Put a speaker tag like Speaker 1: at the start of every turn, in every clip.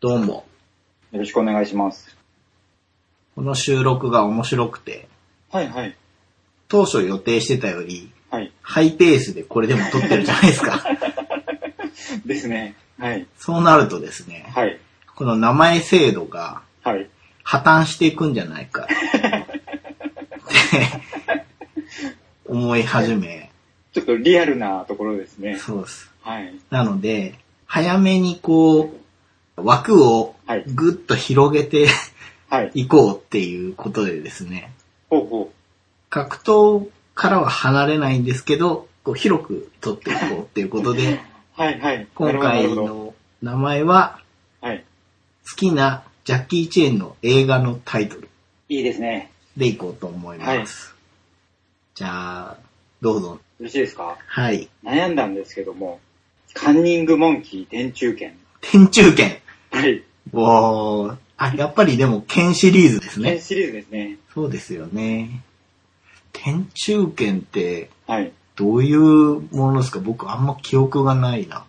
Speaker 1: どうも。
Speaker 2: よろしくお願いします。
Speaker 1: この収録が面白くて、
Speaker 2: はいはい。
Speaker 1: 当初予定してたより、
Speaker 2: はい。
Speaker 1: ハイペースでこれでも撮ってるじゃないですか。
Speaker 2: ですね。はい。
Speaker 1: そうなるとですね、
Speaker 2: はい。
Speaker 1: この名前制度が
Speaker 2: はい。
Speaker 1: 破綻していくんじゃないか。って思い始め、
Speaker 2: ちょっとリアルなところですね。
Speaker 1: そうです。
Speaker 2: はい。
Speaker 1: なので、早めにこう、枠を
Speaker 2: はい。
Speaker 1: ぐっと広げて
Speaker 2: はい。
Speaker 1: いこうっていうことでですね、
Speaker 2: ほうほ
Speaker 1: 格闘からは離れないんですけど、こう広く取っていこうっていうことで、
Speaker 2: う。はいはい。
Speaker 1: 今
Speaker 2: な
Speaker 1: 回
Speaker 2: るほどなるほ
Speaker 1: の名前は、
Speaker 2: ど。はい。
Speaker 1: 好きなジャッキー・チェーンの映画のタイトル
Speaker 2: いいですね。
Speaker 1: でいこうと思います。じゃあ、どうぞ。
Speaker 2: よろしいですか
Speaker 1: はい。
Speaker 2: 悩んだんですけども、カンニングモンキー天中剣。
Speaker 1: 天中剣。
Speaker 2: はい。
Speaker 1: おー。あ、やっぱりでも剣シリーズです
Speaker 2: 剣
Speaker 1: ね。
Speaker 2: シリーズですね。
Speaker 1: そうですよね。天中剣って
Speaker 2: はい。
Speaker 1: どういうものですか僕あんま記憶がないな。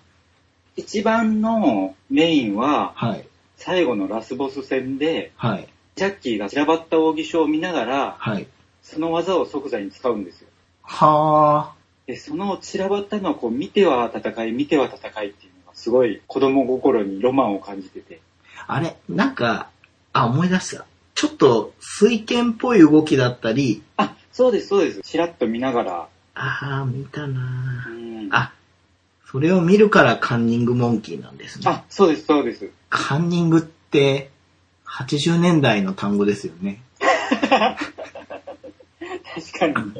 Speaker 2: 一番のメインは、
Speaker 1: はい。
Speaker 2: 最後のラスボス戦で、
Speaker 1: はい。
Speaker 2: ジャッキーが散らばった扇書を見ながら、
Speaker 1: はい。
Speaker 2: その技を即座に使うんですよ。
Speaker 1: は
Speaker 2: で、その散らばったのはこう、見ては戦い、見ては戦いっていうのがすごい子供心にロマンを感じてて。
Speaker 1: ー。あれ、なんか、あ、思い出した。ちょっと水剣っぽい動きだったり、
Speaker 2: あ、そうです、そうです。ちらっと見ながら。
Speaker 1: あー、見たな
Speaker 2: う
Speaker 1: ー
Speaker 2: ん
Speaker 1: あ、それを見るからカンニングモンキーなんですね。
Speaker 2: あ、そうです、そうです。
Speaker 1: カンニングって、80年代の単語ですよね。
Speaker 2: 確かに。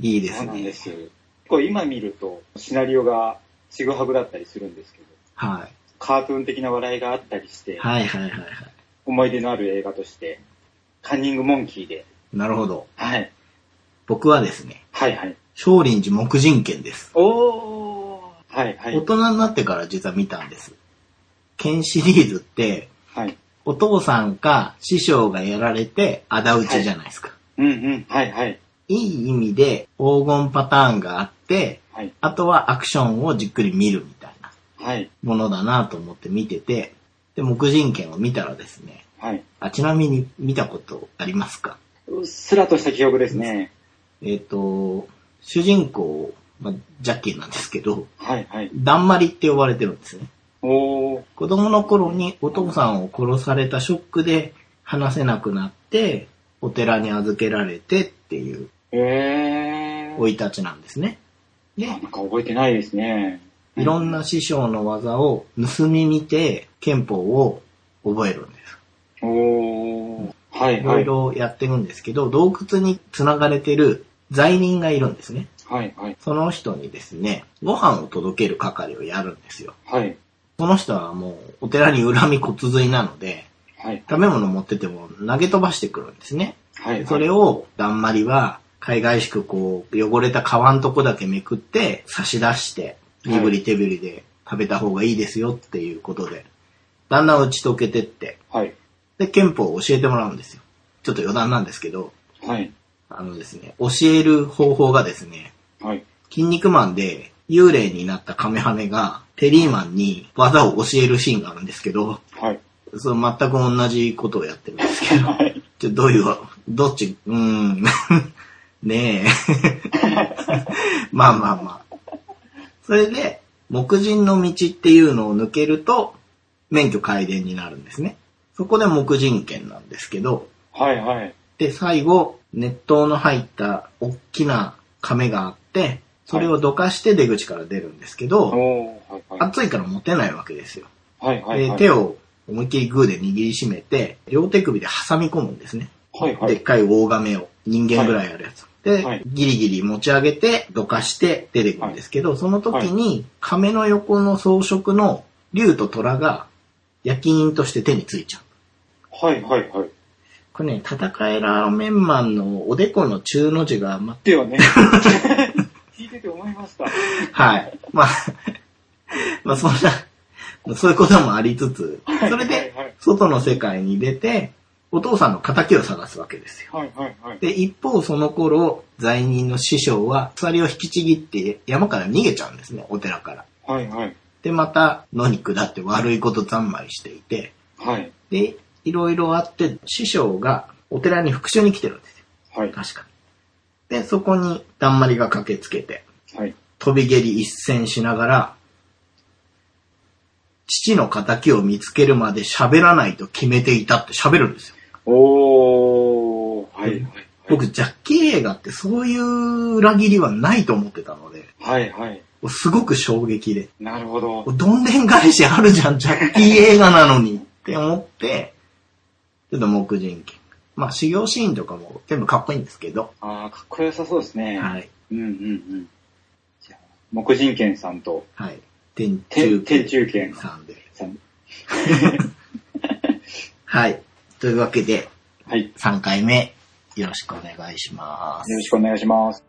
Speaker 1: いいで
Speaker 2: そ
Speaker 1: す
Speaker 2: うなん
Speaker 1: ね。
Speaker 2: です。結構今見ると、シナリオがちぐはぐだったりするんですけど、
Speaker 1: は
Speaker 2: カートゥーン的な笑いがあったりし
Speaker 1: い。
Speaker 2: て、
Speaker 1: はいはいはいはい。
Speaker 2: 思い出のある映画として、カンニングモンキーで。
Speaker 1: なるほど。
Speaker 2: はい。
Speaker 1: 僕はですね、
Speaker 2: はいはい。
Speaker 1: 少林寺木人剣です。
Speaker 2: おー。はいは
Speaker 1: 大
Speaker 2: い。
Speaker 1: 人になってから実は見たんです。剣シリーズって、
Speaker 2: はい。
Speaker 1: お父さんか師匠がやられて、あだ討ちじゃないですか。
Speaker 2: うんうん。はいはい。
Speaker 1: い、い意味で黄金パターンがあって、
Speaker 2: はい。
Speaker 1: あとはアクションをじっくり見るみたいな
Speaker 2: はい。
Speaker 1: ものだなと思って見てて、で、木人剣を見たらですね、
Speaker 2: はい。
Speaker 1: あ、ちなみに見たことありますか
Speaker 2: うっすらとした記憶ですね。
Speaker 1: えっ、と、主人公、まあ、ジャッキーなんですけど、
Speaker 2: はいはい。
Speaker 1: だんまりって呼ばれてるんですね。
Speaker 2: おー。
Speaker 1: 子供の頃にお父さんを殺されたショックで話せなくなって、お寺に預けられてっていう
Speaker 2: えー。
Speaker 1: 生い立ちなんですね。で、
Speaker 2: なんか覚えてないですね。
Speaker 1: いろん
Speaker 2: な。
Speaker 1: な師匠の技を盗み見て、憲法を覚えるんです。
Speaker 2: おー。はい
Speaker 1: い
Speaker 2: は
Speaker 1: ろい
Speaker 2: い。
Speaker 1: ろやってるんですけど、洞窟に繋がれてる罪人がいるんですね。
Speaker 2: はいはい。
Speaker 1: その人にですね、ご飯を届ける係をやるんですよ。
Speaker 2: はい。
Speaker 1: その人はもうお寺に恨み骨髄なので、
Speaker 2: はい。
Speaker 1: 食べ物持ってても投げ飛ばしてくるんですね。
Speaker 2: はい。
Speaker 1: それ
Speaker 2: を。
Speaker 1: を、だんまりは、海外しくこう、汚れた皮んとこだけめくって、差し出して、身振り手振りで食べた方がいいですよっていうことで、だんだん打ち解けてって、
Speaker 2: はい。
Speaker 1: で、憲法を教えてもらうんですよ。ちょっと余談なんですけど、
Speaker 2: はい。
Speaker 1: あのですね、教える方法がですね、
Speaker 2: はい。
Speaker 1: 筋肉マンで幽霊になったカメハメが、テリーマンに技を教えるシーンがあるんですけど、
Speaker 2: はい。
Speaker 1: その全く同じことをやってるんですけど、
Speaker 2: はい。
Speaker 1: じゃ、どういうわ、どっち、うーん、 ねえ。 まあまあまあ。それで、木人の道っていうのを抜けると、免許改伝になるんですね。そこで木人権なんですけど、
Speaker 2: はい。はい。
Speaker 1: で、最後、熱湯の入った大きな亀があって、それをどかして出口から出るんですけ
Speaker 2: お
Speaker 1: ど、
Speaker 2: ー。はい。はい。
Speaker 1: 熱いから持てないわけですよ。
Speaker 2: はい。はい。
Speaker 1: で、
Speaker 2: はい。
Speaker 1: 手を思いっきりグーで握りしめて、両手首で挟み込むんですね。
Speaker 2: はい。は
Speaker 1: でっ
Speaker 2: い。
Speaker 1: かい大亀を、人間ぐらいあるやつ。で、
Speaker 2: はい
Speaker 1: ギリギリ持ち上げて、どかして出てくるんですけど、その時に、亀の横の装飾の竜と虎が、焼き印として手についちゃう。
Speaker 2: はい。はい。はい。
Speaker 1: これね、戦いラーメンマンのおでこの中の字が、ま、
Speaker 2: ではね。聞いてて思いました。
Speaker 1: はい。まあ、 まあ、そんな、そういうこともありつつ、それで、
Speaker 2: はい。
Speaker 1: 外の世界に出て、お父さんの仇を探すわけですよ。
Speaker 2: はい。はい。はい。
Speaker 1: で、一方その頃、罪人の師匠は鎖を引きちぎって山から逃げちゃうんですね、お寺から。
Speaker 2: はい。はい。
Speaker 1: で、また野に下って悪いこと三昧していて、
Speaker 2: はい。
Speaker 1: で、いろいろあって、師匠がお寺に復讐に来てるんですよ。
Speaker 2: はい。
Speaker 1: 確かに。で、そこにだんまりが駆けつけて、
Speaker 2: はい。
Speaker 1: 飛び蹴り一戦しながら、父の仇を見つけるまで喋らないと決めていたって喋るんですよ。
Speaker 2: おー。はい。はい。
Speaker 1: 僕、ジャッキー映画ってそういう裏切りはないと思ってたので、
Speaker 2: はい。はい。
Speaker 1: すごく衝撃で、
Speaker 2: なるほど。
Speaker 1: どんでん返しあるじゃん、ジャッキー映画なのにって思って、ちょっと黙人剣。まあ、修行シーンとかも全部かっこいいんですけど、
Speaker 2: ああ、かっこよさそうですね。
Speaker 1: はい。
Speaker 2: うんうんうん。じゃあ木人剣さんと、
Speaker 1: はい。天
Speaker 2: 天
Speaker 1: 中
Speaker 2: 天中剣
Speaker 1: さんで。
Speaker 2: さん。
Speaker 1: はい。というわけで、
Speaker 2: はい。よ
Speaker 1: 3回目、よろしくお願いします。
Speaker 2: ろしくお願いします。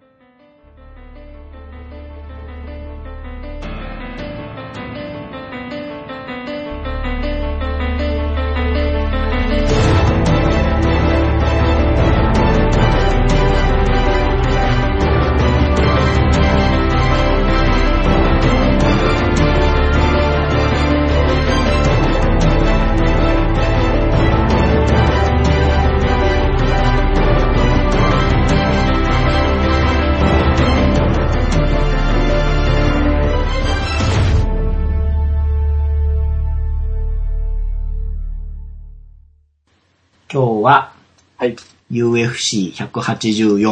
Speaker 1: 今日は
Speaker 2: はい。い
Speaker 1: UFC184。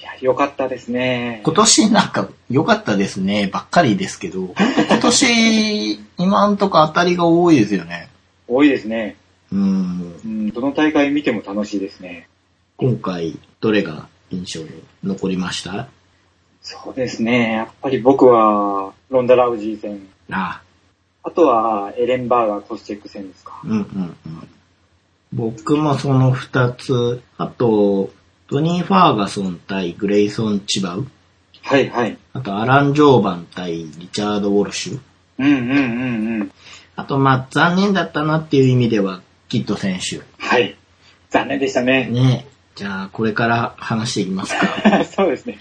Speaker 2: や、よかったですね。
Speaker 1: 今年なんか良かったですね、ばっかりですけど、今年、今んとこ当たりが多いですよね。
Speaker 2: 多いですね。
Speaker 1: うん
Speaker 2: う。ん、どの大会見ても楽しいですね。
Speaker 1: 今回、どれが印象に残りましたあ
Speaker 2: そうですね。やっぱり僕は、ロンダ・ラウジー戦。
Speaker 1: あ、
Speaker 2: あとは、エレン・バーガー・コスチェック戦ですか。
Speaker 1: うんうんうん。僕もその二つ、あと、トニー・ファーガソン対グレイソン・チバウ。
Speaker 2: はいはい。
Speaker 1: あと、アラン・ジョーバン対リチャード・ウォルシュ。
Speaker 2: うんうんうんうん。
Speaker 1: あと、まあ、残念だったなっていう意味では、キッド選手。
Speaker 2: はい。残念でした ね。
Speaker 1: ねじゃあ、これから話していきますか。
Speaker 2: そうですね。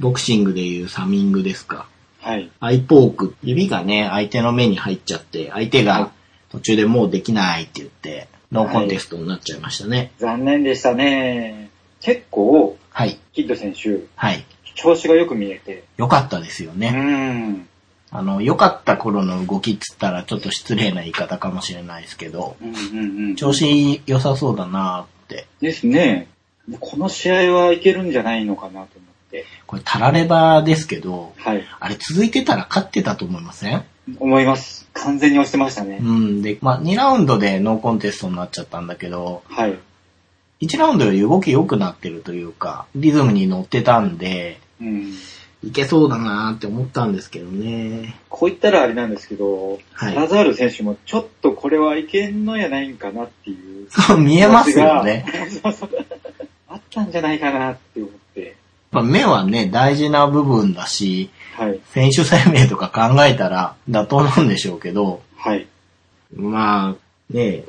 Speaker 1: ボクシングでいうサミングですか。
Speaker 2: はい。
Speaker 1: アイポーク、指がね、相手の目に入っちゃって、相手
Speaker 2: はい
Speaker 1: が途中でもうできないって言って、ノーコンテストになっちゃいましたね。
Speaker 2: 残念でしたね。結構、
Speaker 1: はい。
Speaker 2: キッド選手、
Speaker 1: はい。
Speaker 2: 調子がよく見えて。
Speaker 1: 良かったですよ
Speaker 2: う
Speaker 1: ね。
Speaker 2: ん。
Speaker 1: あの、良かった頃の動きっつったらちょっと失礼な言い方かもしれないですけど、
Speaker 2: うんうんうん。
Speaker 1: 調子良さそうだなって。
Speaker 2: ですね。この試合はいけるんじゃないのかなと思って。
Speaker 1: これ、タラレバですけど、
Speaker 2: はい。
Speaker 1: あれ続いてたら勝ってたと思いません
Speaker 2: 思います。完全に押してました
Speaker 1: う
Speaker 2: ね。
Speaker 1: ん。で、まあ、2ラウンドでノーコンテストになっちゃったんだけど、
Speaker 2: はい。
Speaker 1: 1ラウンドより動き良くなってるというか、リズムに乗ってたんで、
Speaker 2: うん。
Speaker 1: いけそうだなーって思ったんですけどね。
Speaker 2: こう言ったらあれなんですけど、
Speaker 1: はい
Speaker 2: サラザール選手もちょっとこれはいけんのやないんかなっていう、
Speaker 1: そう、見えますよね。やっ
Speaker 2: あったんじゃないかなって思って。
Speaker 1: ぱ目はね、大事な部分だし、
Speaker 2: はい。
Speaker 1: 選手生命とか考えたら妥当なんでしょうけど、
Speaker 2: はい。
Speaker 1: まあ、ね、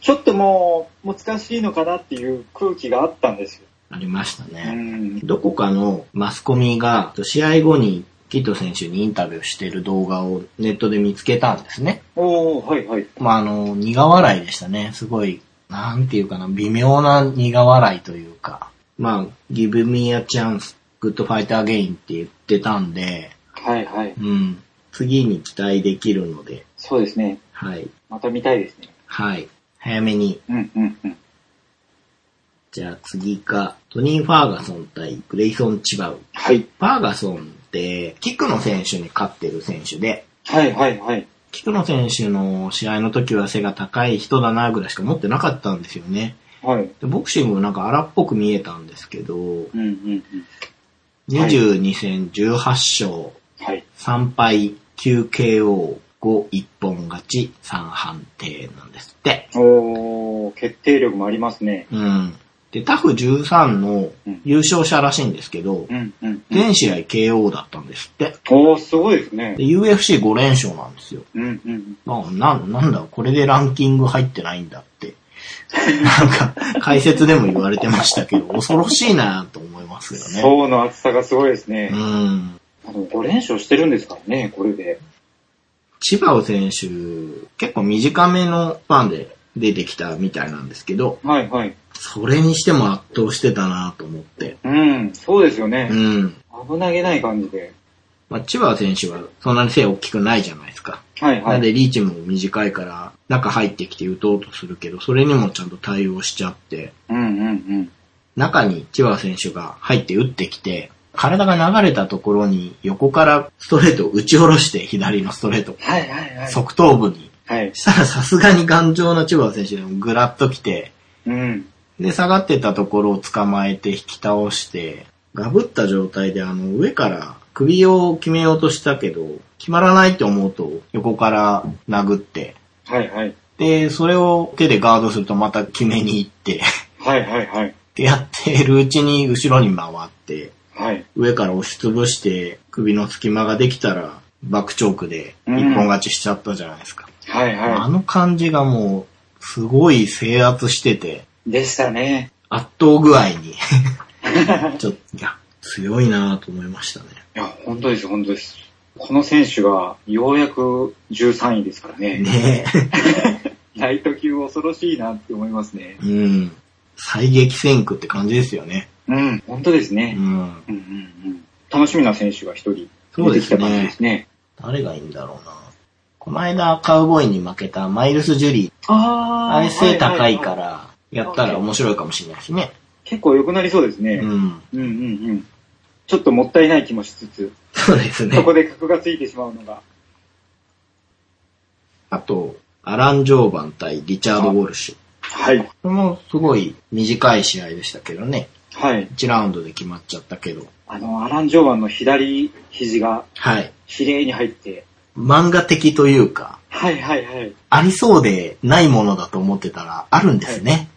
Speaker 2: ちょっともう、難しいのかなっていう空気があったんですよ。
Speaker 1: ありました
Speaker 2: う
Speaker 1: ね。
Speaker 2: ん。
Speaker 1: どこかのマスコミが、試合後にキッド選手にインタビューしてる動画をネットで見つけたんですね。
Speaker 2: おー、はいはい。
Speaker 1: まあ、あの、苦笑いでしたね。すごい、なんていうかな、微妙な苦笑いというか。まあ、give me a chance, good fight again って言ってたんで、
Speaker 2: はいはい。
Speaker 1: うん。次に期待できるので、
Speaker 2: そうですね。
Speaker 1: はい。
Speaker 2: また見たいですね。
Speaker 1: はい。早めに。
Speaker 2: うんうんうん。
Speaker 1: じゃあ次が、トニー・ファーガソン対グレイソン・チバウ。
Speaker 2: はい。
Speaker 1: ファーガソンって、キックの選手に勝ってる選手で、
Speaker 2: はいはいはい。
Speaker 1: キックの選手の試合の時は背が高い人だなぐらいしか持ってなかったんですよね。
Speaker 2: はい。
Speaker 1: でボクシングもなんか荒っぽく見えたんですけど、
Speaker 2: うんうんうん。はい
Speaker 1: 22戦18勝、
Speaker 2: はい。
Speaker 1: 3敗、9KO、5一本勝ち、3判定なんですって。
Speaker 2: おー、決定力もありますね。
Speaker 1: うん。で、タフ13の
Speaker 2: うん
Speaker 1: 優勝者らしいんですけど、
Speaker 2: うんうんうん。
Speaker 1: 全試合 KO だったんですって。
Speaker 2: おー、すごいですね
Speaker 1: で。UFC5 連勝なんですよ。
Speaker 2: うんうん。
Speaker 1: な、な、なんだ、これでランキング入ってないんだ って。なんか、解説でも言われてましたけど、恐ろしいなと思いますよね。
Speaker 2: 層の厚さがすごいですね
Speaker 1: う。ん。
Speaker 2: あの、5連勝してるんですからね、これで。
Speaker 1: 千葉を選手、結構短めのファンで出てきたみたいなんですけど、
Speaker 2: はいはい。
Speaker 1: それにしても圧倒してたなと思って。
Speaker 2: うん、そうですよね
Speaker 1: う。ん。
Speaker 2: 危なげない感じで。
Speaker 1: まあ、千葉選手はそんなに背大きくないじゃないですか。
Speaker 2: はいは
Speaker 1: なん
Speaker 2: い。
Speaker 1: でリーチも短いから、中入ってきて打とうとするけど、それにもちゃんと対応しちゃって、
Speaker 2: うんうんうん。
Speaker 1: 中に千葉選手が入って打ってきて、体が流れたところに横からストレートを打ち下ろして、左のストレート。
Speaker 2: はいはいはい。
Speaker 1: 側頭部に。
Speaker 2: はい。
Speaker 1: したらさすがに頑丈な千葉選手でもぐらっと来て、
Speaker 2: うん。
Speaker 1: で、下がってたところを捕まえて引き倒して、ガブった状態であの上から首を決めようとしたけど、決まらないって思うと横から殴って、
Speaker 2: はいはい。
Speaker 1: で、それを手でガードするとまた決めに行って、
Speaker 2: はいはいはい。
Speaker 1: ってやってるうちに後ろに回って、
Speaker 2: はい。
Speaker 1: 上から押しつぶして首の隙間ができたらバックチョークで一本勝ちしちゃったじゃないですか。
Speaker 2: はい
Speaker 1: あ
Speaker 2: は
Speaker 1: の感じがもうすごい制圧してて、
Speaker 2: い。でしたね。
Speaker 1: 圧倒具合に、 ちょっと、いや、強いなぁと思いましたね。
Speaker 2: いや、本当です、本当です。この選手がようやく13位ですからね。
Speaker 1: ねえ。
Speaker 2: ライト級恐ろしいなって思いますね。
Speaker 1: うん。最激戦区って感じですよね。
Speaker 2: うん、本当です
Speaker 1: う
Speaker 2: ね。
Speaker 1: ん。
Speaker 2: うんうんうん。楽しみな選手が一人
Speaker 1: そうで
Speaker 2: 出てき
Speaker 1: す
Speaker 2: た感じで
Speaker 1: ね。
Speaker 2: すね。
Speaker 1: 誰がいいんだろうなこの間、カウボーイに負けたマイルス・ジュリー、
Speaker 2: あ
Speaker 1: あれ背高いか
Speaker 2: ははは。
Speaker 1: ら、やったら面白いかもしれないしね。
Speaker 2: 結構良くなりそうですね。
Speaker 1: うん。
Speaker 2: うんうんうん。ちょっともったいない気もしつつ、
Speaker 1: そうです
Speaker 2: そ
Speaker 1: ね
Speaker 2: こ。で角がついてしまうのが。
Speaker 1: あと、アラン・ジョーバン対リチャード・ウォルシュ。
Speaker 2: はい。
Speaker 1: これもすごい短い試合でしたけどね。
Speaker 2: はい。
Speaker 1: 1ラウンドで決まっちゃったけど。
Speaker 2: あの、アラン・ジョーバンの左肘が
Speaker 1: はい。
Speaker 2: 比例に入って、
Speaker 1: 漫画的というか、
Speaker 2: はいはいはい。
Speaker 1: ありそうでないものだと思ってたら、あるんですね。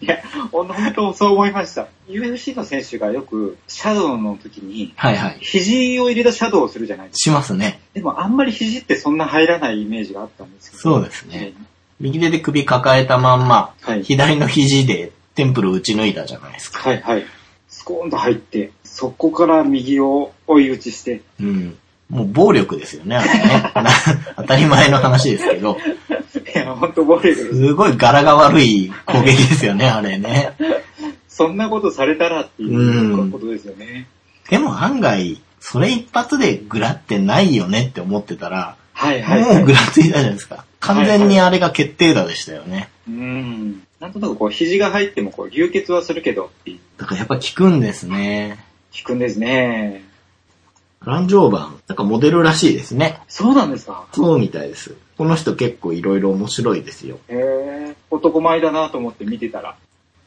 Speaker 2: いや、本当そう思いました。UFC の選手がよく、シャドウの時に、
Speaker 1: はいはい。
Speaker 2: 肘を入れたシャドウをするじゃないですか。
Speaker 1: しますね。
Speaker 2: でもあんまり肘ってそんな入らないイメージがあったんですけど。
Speaker 1: そうですね。右手で首抱えたまんま、
Speaker 2: はい。
Speaker 1: 左の肘でテンプル打ち抜いたじゃないですか。
Speaker 2: はいはい。スコーンと入って、そこから右を追い打ちして、
Speaker 1: うん。もう暴力ですよね、あれね。 な当たり前の話ですけど、
Speaker 2: いや、本当ボレーです。
Speaker 1: すごい柄が悪い攻撃ですよね、あれね。
Speaker 2: そんなことされたらっていうことですよね。
Speaker 1: でも案外、それ一発でグラってないよねって思ってたら、
Speaker 2: はいはい、は
Speaker 1: もうグ
Speaker 2: い。
Speaker 1: ラついたじゃないですか。完全にあれが決定打でしたよね。
Speaker 2: うん。なんとなくこう、肘が入ってもこう、流血はするけどっていう
Speaker 1: だからやっぱ効くんですね。
Speaker 2: 聞くんですね。
Speaker 1: ランジョーバン、なんかモデルらしいですね。
Speaker 2: そうなんですか
Speaker 1: そうみたいです。この人結構いろいろ面白いですよ。
Speaker 2: へえ。男前だなと思って見てたら。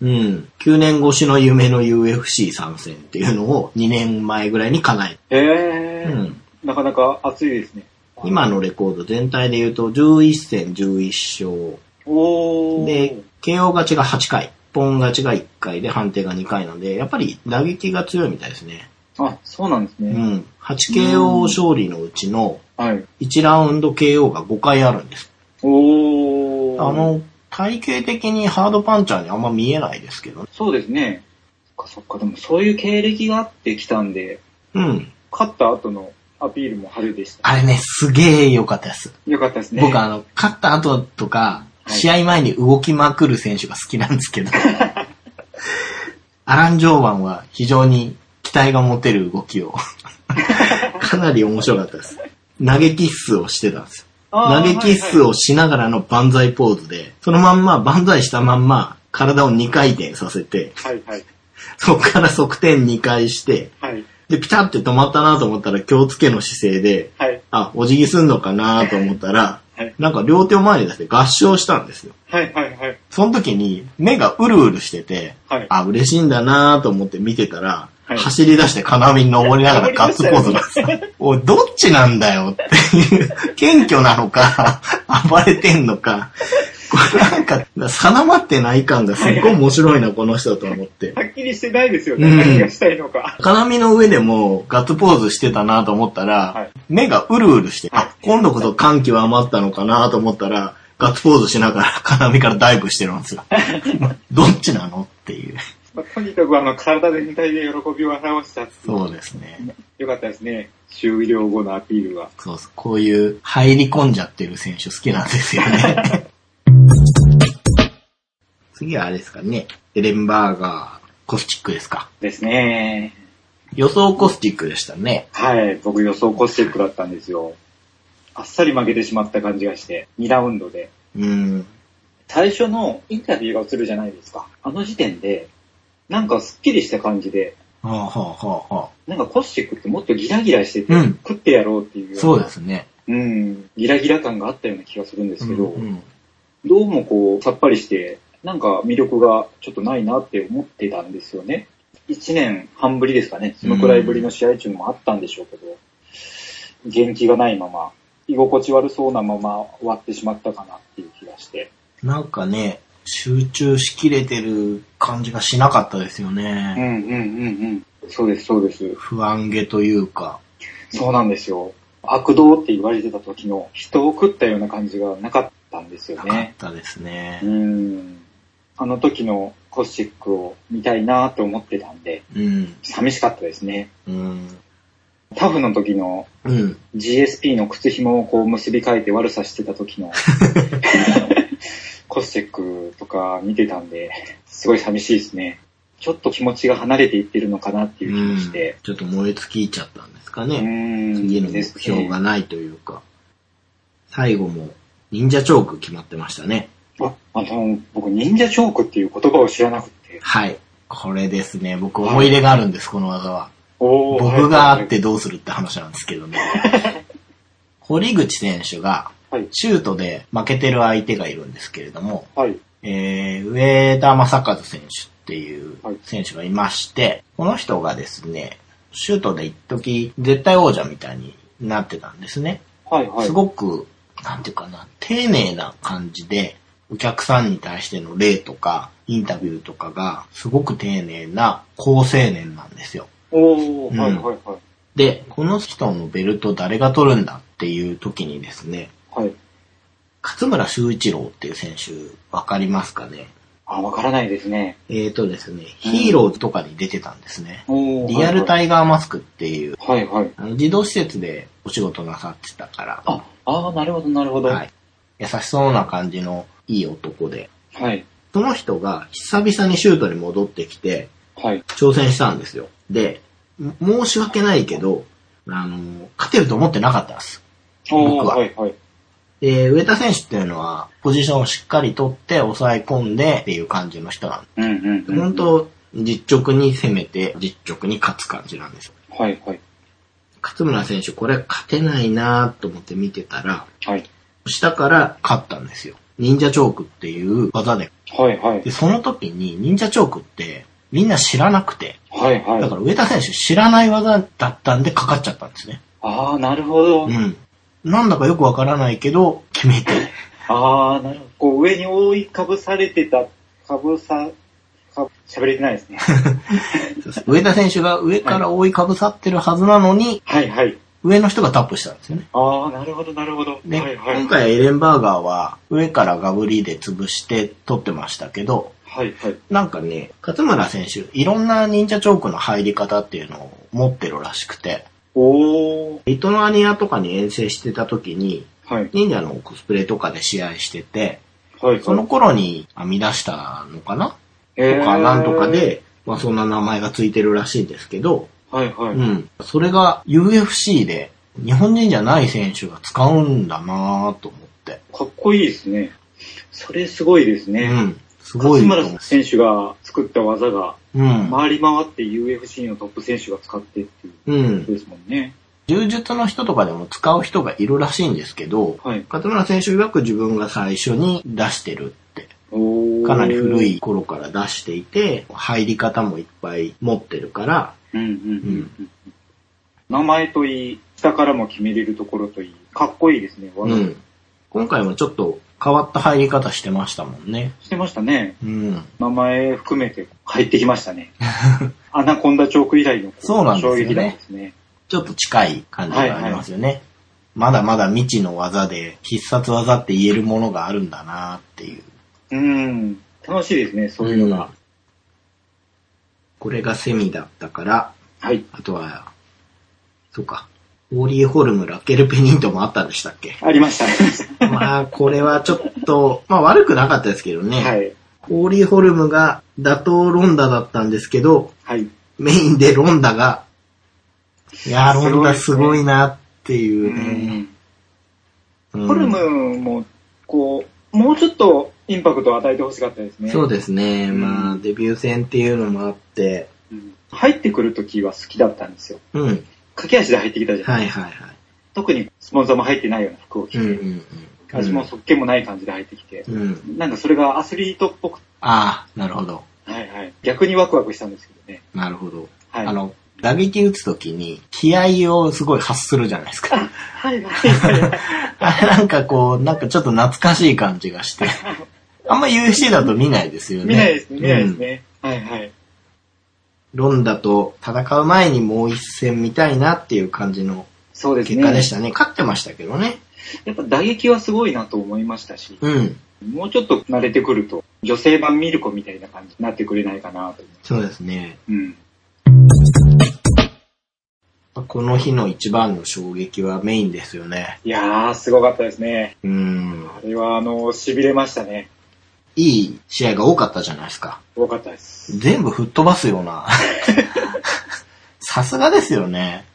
Speaker 1: うん。9年越しの夢の UFC 参戦っていうのを2年前ぐらいに叶え
Speaker 2: へ
Speaker 1: た。
Speaker 2: え、
Speaker 1: うん。
Speaker 2: なかなか熱いですね。
Speaker 1: 今のレコード全体で言うと11戦11
Speaker 2: お
Speaker 1: 勝。
Speaker 2: ー。
Speaker 1: で、KO 勝ちが8回。本勝ちが1回で判定が2回なんで、やっぱり打撃が強いみたいですね。
Speaker 2: あ、そうなんですね。
Speaker 1: うん。8KO 勝利のうちの
Speaker 2: はい。
Speaker 1: 1ラウンド KO が5回あるんです。
Speaker 2: おー。
Speaker 1: あ、の、体型的にハードパンチャーにあんま見えないですけどね。
Speaker 2: そうですね。そっかそっか、でもそういう経歴があってきたんで、
Speaker 1: うん。
Speaker 2: 勝った後のアピールも派手でした。
Speaker 1: あれね、すげえ良かったです。
Speaker 2: よかったですね。
Speaker 1: 僕あの、勝った後とか、
Speaker 2: はい
Speaker 1: 試合前に動きまくる選手が好きなんですけ ど、アラン・ジョーワンは非常に期待が持てる動きを、 かなり面白かったです。投げキッスをしてたんですよ。
Speaker 2: あ
Speaker 1: 投
Speaker 2: ー
Speaker 1: げキッスをしながらの万歳ポーズで、そのまんま万歳したまんま体を2回転させて、
Speaker 2: はいはい。
Speaker 1: そこから側転2回して、
Speaker 2: はい
Speaker 1: で、ピタって止まったなと思ったら、気をつけの姿勢で、
Speaker 2: はい。
Speaker 1: あ、お辞儀すんのかなと思ったら、
Speaker 2: はい
Speaker 1: なんか両手を前に出して合唱したんですよ。
Speaker 2: はいはいはい。
Speaker 1: その時に目がうるうるしてて、
Speaker 2: はい。
Speaker 1: あ、嬉しいんだなと思って見てたら、
Speaker 2: はい
Speaker 1: 走り出して金網に登りなが らガッツポーズがさ、おい、どっちなんだよっていう、謙虚なの か、暴れてんのか、これなんか、定まってない感がすっごい面白いな、この人と思って。
Speaker 2: はっきりしてないですよね。
Speaker 1: うん
Speaker 2: 何がしたいのか。
Speaker 1: 金網の上でもガッツポーズしてたなと思ったら、
Speaker 2: はい
Speaker 1: 目がうるうるして、
Speaker 2: はい
Speaker 1: あ、今度こそ歓喜は余ったのかなと思ったら、ガッツポーズしながら 金網からダイブしてるんですよ。 どっちなのっていう。
Speaker 2: まあとにかくあの、体全体で喜びを表したっていう
Speaker 1: そうですね。
Speaker 2: よかったですね。終了後のアピールは。
Speaker 1: そうそう、こういう入り込んじゃってる選手好きなんですよ ね。次はあれですかね。エレンバーガー、コスチックですか。
Speaker 2: ですね。
Speaker 1: 予想コスチックでしたね。
Speaker 2: はい、僕予想コステックだったんですよ。あっさり負けてしまった感じがして、2ラウンドで。
Speaker 1: うん。
Speaker 2: 最初のインタビューが映るじゃないですか。あの時点で、なんかスッキリした感じで、
Speaker 1: はあ、はあはあは
Speaker 2: なんかコステックってもっとギラギラしてて、
Speaker 1: うん
Speaker 2: 食ってやろうっていうよ
Speaker 1: あ、
Speaker 2: な
Speaker 1: そうですね。
Speaker 2: うん、ギラギラ感があったような気がするんですけど、
Speaker 1: うんうん
Speaker 2: どうもこう、さっぱりして、なんか魅力がちょっとないなって思ってたんですよね。1年半ぶりですかね。そのくらいぶりの試合中もあったんでしょうけど、元気がないまま、居心地悪そうなまま終わってしまったかなっていう気がして。
Speaker 1: なんかね、集中しきれてる感じがしなかったですよ
Speaker 2: うん
Speaker 1: ね。
Speaker 2: うんうんうん。そうです、そうです。
Speaker 1: 不安げというか。
Speaker 2: そうなんですよ。悪道って言われてた時の人を食ったような感じがなかったんですよ
Speaker 1: な
Speaker 2: ね。
Speaker 1: かったですね。
Speaker 2: うん。あの時のコスチックを見たいなと思ってたんで、
Speaker 1: うん。
Speaker 2: 寂しかったですね。
Speaker 1: うん。
Speaker 2: タフの時の
Speaker 1: うん。
Speaker 2: GSP の靴紐をこう結び替えて悪さしてた 時のコスチェックとか見てたんで、すごい寂しいですね。ちょっと気持ちが離れていってるのかなっていう
Speaker 1: う
Speaker 2: 気
Speaker 1: ん
Speaker 2: がして。
Speaker 1: ちょっと燃え尽きちゃったんですか
Speaker 2: う
Speaker 1: ね。
Speaker 2: ん。
Speaker 1: 次の目標がないというか。最後も、忍者チョーク決まってましたね。
Speaker 2: あ、あの、僕、忍者チョークっていう言葉を知らなくて。
Speaker 1: はい。これですね。僕思い入れがあるんです、この技は。
Speaker 2: おー
Speaker 1: 僕があって。どうするって話なんですけ どね。堀口選手が
Speaker 2: はい、
Speaker 1: シュートで負けてる相手がいるんですけれども、
Speaker 2: はい。
Speaker 1: えー、上田正和選手っていう
Speaker 2: はい
Speaker 1: 選手がいまして、この人がですね、シュートで一時絶対王者みたいになってたんですね。
Speaker 2: はい、はい。
Speaker 1: すごく、なんていうかな、丁寧な感じで、お客さんに対しての例とか、インタビューとかが、すごく丁寧な好青年なんですよ。
Speaker 2: おー、
Speaker 1: うん
Speaker 2: はい、はい、はい。
Speaker 1: で、この人のベルト誰が取るんだっていう時にですね、
Speaker 2: はい。
Speaker 1: 勝村修一郎っていう選手、わかりますかね
Speaker 2: あ、わからないですね。
Speaker 1: えーとですね、ヒーローとかに出てたんですね。
Speaker 2: おー
Speaker 1: リアルタ
Speaker 2: イ
Speaker 1: イガーマスクっていう、
Speaker 2: ム。はいはい。
Speaker 1: あの児童施設でお仕事なさってたから、
Speaker 2: あ、あーなるほどなるほど。
Speaker 1: は
Speaker 2: はい。
Speaker 1: い、優しそうな感じのいい男で、
Speaker 2: はい。
Speaker 1: その人が久々にシュートに戻ってきて
Speaker 2: はい。
Speaker 1: 挑戦したんですよ。で、も申し訳ないけど、あの、勝てると思ってなかったんです。
Speaker 2: お
Speaker 1: 僕は
Speaker 2: ーはいはい。
Speaker 1: で、上田選手っていうのは、ポジションをしっかり取って抑え込んでっていう感じの人なん
Speaker 2: うんうん
Speaker 1: で、
Speaker 2: うん。
Speaker 1: 本当実直に攻めて、実直に勝つ感じなんです。
Speaker 2: はいはい。
Speaker 1: 勝村選手、これ勝てないなと思って見てたら、
Speaker 2: はい。
Speaker 1: 下から勝ったんですよ。忍者チョークっていう技で。
Speaker 2: はいはい
Speaker 1: で、。その時に忍者チョークってみんな知らなくて、
Speaker 2: はいはい。
Speaker 1: だから上田選手知らない技だったんでかかっちゃったんですね。
Speaker 2: ああ、なるほど。
Speaker 1: うん。なんだかよくわからないけど、決めて。
Speaker 2: ああ、なるほど。こう上に覆いかぶされてた、かぶさ、か喋れてないで すね。
Speaker 1: 上田選手が上から覆いかぶさってるはずなのに、
Speaker 2: はいはい。
Speaker 1: 上の人がタップしたんですよね。
Speaker 2: ああ、なるほどなるほど。
Speaker 1: で、
Speaker 2: はいはい。
Speaker 1: 今回エレンバーガーは上からガブリで潰して取ってましたけど、
Speaker 2: はいはい。
Speaker 1: なんかね、勝村選手、いろんな忍者チョークの入り方っていうのを持ってるらしくて、
Speaker 2: おー。
Speaker 1: リトアニアとかに遠征してた時に、
Speaker 2: はい。
Speaker 1: 忍者のコスプレとかで試合してて、
Speaker 2: はい
Speaker 1: その
Speaker 2: はい。
Speaker 1: 頃に編み出したのかな
Speaker 2: え
Speaker 1: とかなんとか。で、まあそんな名前がついてるらしいんですけど、
Speaker 2: はいは
Speaker 1: う
Speaker 2: い。
Speaker 1: ん。それが UFC で日本人じゃない選手が使うんだなぁと思って。
Speaker 2: かっこいいですね。それすごいです
Speaker 1: う
Speaker 2: ね。
Speaker 1: ん。すごい
Speaker 2: 勝
Speaker 1: と思
Speaker 2: 村
Speaker 1: う。
Speaker 2: 選手が作った技が、
Speaker 1: うん。
Speaker 2: 回り回って UFC のトップ選手が使ってっていう
Speaker 1: う
Speaker 2: こと
Speaker 1: ん。
Speaker 2: ですもんね。
Speaker 1: 柔術の人とかでも使う人がいるらしいんですけど、
Speaker 2: はい。
Speaker 1: 勝村選手曰く自分が最初に出してるって。
Speaker 2: おー
Speaker 1: かなり古。い頃から出していて、入り方もいっぱい持ってるから、
Speaker 2: うんうんうんうん。名前といい、下からも決めれるところといい、かっこいいですね。技
Speaker 1: うん。今回もちょっと変わった入り方してましたもんね。
Speaker 2: してましたね。
Speaker 1: うん。
Speaker 2: 名前含めて入ってきまし たね。アナコンダチョーク以来のこ
Speaker 1: そうなんですよね
Speaker 2: 衝撃弾ですね。
Speaker 1: ちょっと近い感じがありますよね。まだまだ未知の技で必殺技って言えるものがあるんだなっていう。
Speaker 2: うん。楽しいですね、そういうのが。
Speaker 1: これがセミだったから、
Speaker 2: はい。
Speaker 1: あとはとか、オーリーホルム、ラケル・ペニントもあったんでしたっ け
Speaker 2: ありましたね。
Speaker 1: まあ、これはちょっと、まあ悪くなかったですけど ね。
Speaker 2: はい。
Speaker 1: オーリーホルムが打倒ロンダだったんですけど、
Speaker 2: はい。
Speaker 1: メインでロンダが、いやー、
Speaker 2: すごい
Speaker 1: ロンダすごいなっていううね。
Speaker 2: ん
Speaker 1: うん
Speaker 2: ホルムも、こう、もうちょっとインパクトを与えてほしかったですね。
Speaker 1: そうですね。
Speaker 2: うん
Speaker 1: まあ、デビュー戦っていうのもあって、
Speaker 2: うん入ってくるときは好きだったんですよ。
Speaker 1: うん。
Speaker 2: 駆け足で入ってきたじゃな
Speaker 1: は
Speaker 2: い
Speaker 1: いはいはい。
Speaker 2: 特にスポンサーも入ってないような服を着て、
Speaker 1: うんうんうん。
Speaker 2: 味もそっけもない感じで入ってきて、
Speaker 1: うん。
Speaker 2: なんかそれがアスリートっぽく、
Speaker 1: ああ、なるほど。
Speaker 2: はいはい。逆にワクワクしたんですけどね。
Speaker 1: なるほど。
Speaker 2: はい。
Speaker 1: あの、打撃打つときに気合をすごい発するじゃないですか。
Speaker 2: はいはいはい。
Speaker 1: あれなんかこう、なんかちょっと懐かしい感じが して。あんま UFC だと見ないです よね。
Speaker 2: 見ないですね、見ないです
Speaker 1: うん
Speaker 2: ね。はいはい。
Speaker 1: ロンダと戦う前にもう一戦見たいなっていう感じの
Speaker 2: そうですね。
Speaker 1: 結果でしたね。勝ってましたけどね。
Speaker 2: やっぱ打撃はすごいなと思いましたし、
Speaker 1: うん。
Speaker 2: もうちょっと慣れてくると、女性版ミルコみたいな感じになってくれないかなと思
Speaker 1: そうですね。
Speaker 2: う。うん。
Speaker 1: この日の一番の衝撃はメインですよね。
Speaker 2: いやー、すごかったですね。
Speaker 1: うん。
Speaker 2: あれは、あの、痺れましたね。
Speaker 1: いい試合が多かったじゃないですか。
Speaker 2: すごかったです。
Speaker 1: 全部吹っ飛ばすような。さすがですよね。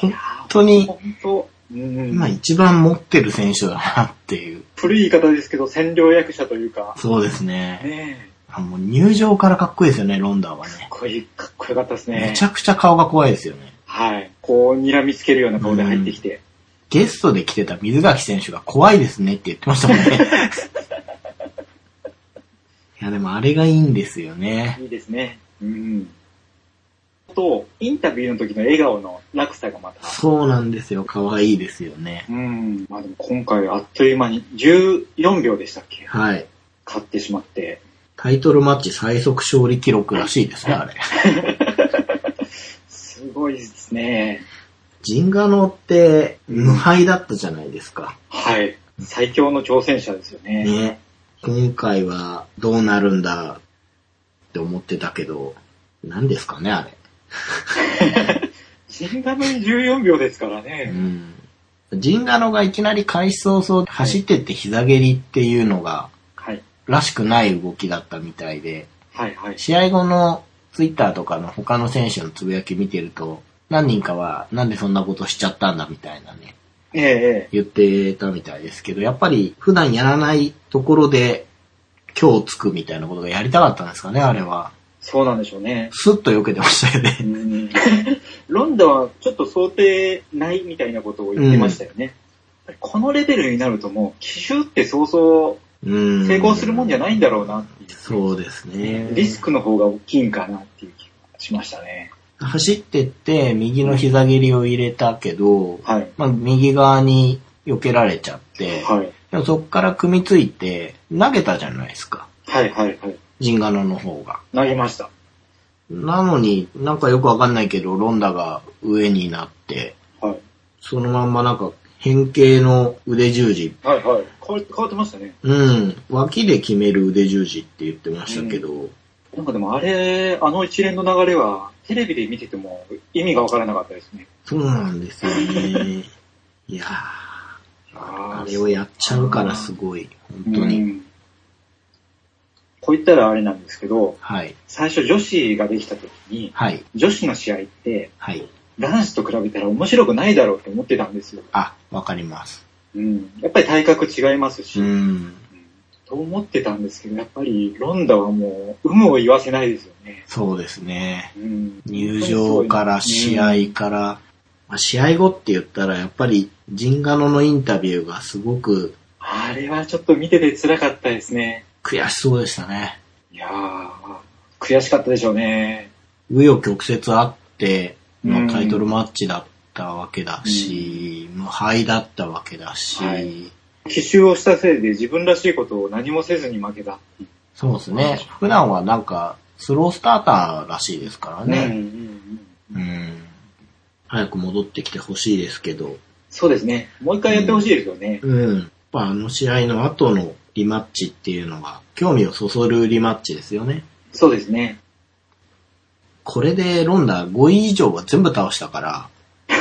Speaker 1: 本当に
Speaker 2: 本当、うん、
Speaker 1: 今一番持ってる選手だなっていう。
Speaker 2: 古い言い方ですけど、占領役者というか、
Speaker 1: そうですね。
Speaker 2: ねえ、
Speaker 1: あもう入場からかっこいいですよね、ロンダーはね。
Speaker 2: こういう、かっこよかったですね
Speaker 1: めち。ゃくちゃ顔が怖いですよね。
Speaker 2: はい。こう、睨みつけるような顔で入ってきて、
Speaker 1: ゲストで来てた水垣選手が怖いですねって言ってましたもんね。いやでもあれがいいんですよね。
Speaker 2: いいですね。うん。と、インタビューの時の笑顔の落差がまた、
Speaker 1: そうなんですよ。可愛いですよね。
Speaker 2: うん。まあでも今回あっという間に14秒でしたっけ
Speaker 1: はい。
Speaker 2: 勝ってしまって。
Speaker 1: タイトルマッチ最速勝利記録らしいですね、あれ。
Speaker 2: すごいですね。
Speaker 1: ジンガノって無敗だったじゃないですか。
Speaker 2: はい。最強の挑戦者ですよね。
Speaker 1: ね。今回はどうなるんだって思ってたけど、何ですかね、あれ。
Speaker 2: 死んだのに14秒ですから
Speaker 1: う
Speaker 2: ね。
Speaker 1: ん。ジンガノがいきなり開始早々走ってって膝蹴りっていうのが、
Speaker 2: はい。
Speaker 1: らしくない動きだったみたいで、
Speaker 2: はいはい。
Speaker 1: 試合後のツイッターとかの他の選手のつぶやき見てると、何人かはなんでそんなことしちゃったんだみたいなね、
Speaker 2: ええええ。
Speaker 1: 言ってたみたいですけど、やっぱり普段やらないところで今日つくみたいなことがやりたかったんですかね、あれは。
Speaker 2: そうなんでしょうね。
Speaker 1: スッと避けてましたよ
Speaker 2: う
Speaker 1: ね。
Speaker 2: んロンドンはちょっと想定ないみたいなことを言ってましたよね。やっぱりこのレベルになるともう、奇襲ってそうそう
Speaker 1: うん。
Speaker 2: 成功するもんじゃないんだろうなっていう。
Speaker 1: そうですね。
Speaker 2: リスクの方が大きいんかなっていう気がしましたね。
Speaker 1: 走ってって右の膝蹴りを入れたけど、
Speaker 2: はい。
Speaker 1: まあ、右側に避けられちゃって、
Speaker 2: はい。
Speaker 1: でもそこから組みついて投げたじゃないですか。
Speaker 2: はいはいはい。
Speaker 1: ジンガノの方が。
Speaker 2: 投げました。
Speaker 1: なのになんかよくわかんないけど、ロンダが上になって、
Speaker 2: はい。
Speaker 1: そのまんまなんか変形の腕十字、
Speaker 2: はいはい。変わ変わってましたね。
Speaker 1: うん、脇で決める腕十字って言ってましたけど、
Speaker 2: なんかでもあれ、あの一連の流れは、テレビで見てても意味がわからなかったですね。
Speaker 1: そうなんですよね。いやー、あれをやっちゃうからすごい、本当に。
Speaker 2: うんこう言ったらあれなんですけど、
Speaker 1: はい、
Speaker 2: 最初女子ができた時に、
Speaker 1: はい、
Speaker 2: 女子の試合って、
Speaker 1: はい。
Speaker 2: 男子と比べたら面白くないだろうって思ってたんですよ。
Speaker 1: あ、わかります。
Speaker 2: うん。やっぱり体格違いますし、
Speaker 1: う
Speaker 2: うん
Speaker 1: ん、
Speaker 2: と思ってたんですけど、やっぱりロンダはもう、有無を言わせないですよね。
Speaker 1: そうですね。
Speaker 2: うん
Speaker 1: 入場から試合から、まあ試合後って言ったらやっぱりジンガノのインタビューがすごく
Speaker 2: あれはちょっと見てて辛かったですね。
Speaker 1: 悔しそうでしたね。
Speaker 2: いやー、悔しかったでしょうね。
Speaker 1: 紆余曲折あって、
Speaker 2: うん
Speaker 1: まあ、タイトルマッチだったわけだし、無敗だったわけだし、
Speaker 2: はい奇襲をしたせいで自分らしいことを何もせずに負けた。
Speaker 1: そうですね。普段はなんかスロースターターらしいですから
Speaker 2: うんうん
Speaker 1: ね。
Speaker 2: うん
Speaker 1: うん早く戻ってきてほしいですけど、
Speaker 2: そうですね。もう一回やってほしいですよね。
Speaker 1: うん。やっぱあの試合の後のリマッチっていうのが興味をそそるリマッチですよね。
Speaker 2: そうですね。
Speaker 1: これでロンダ5位以上は全部倒したから、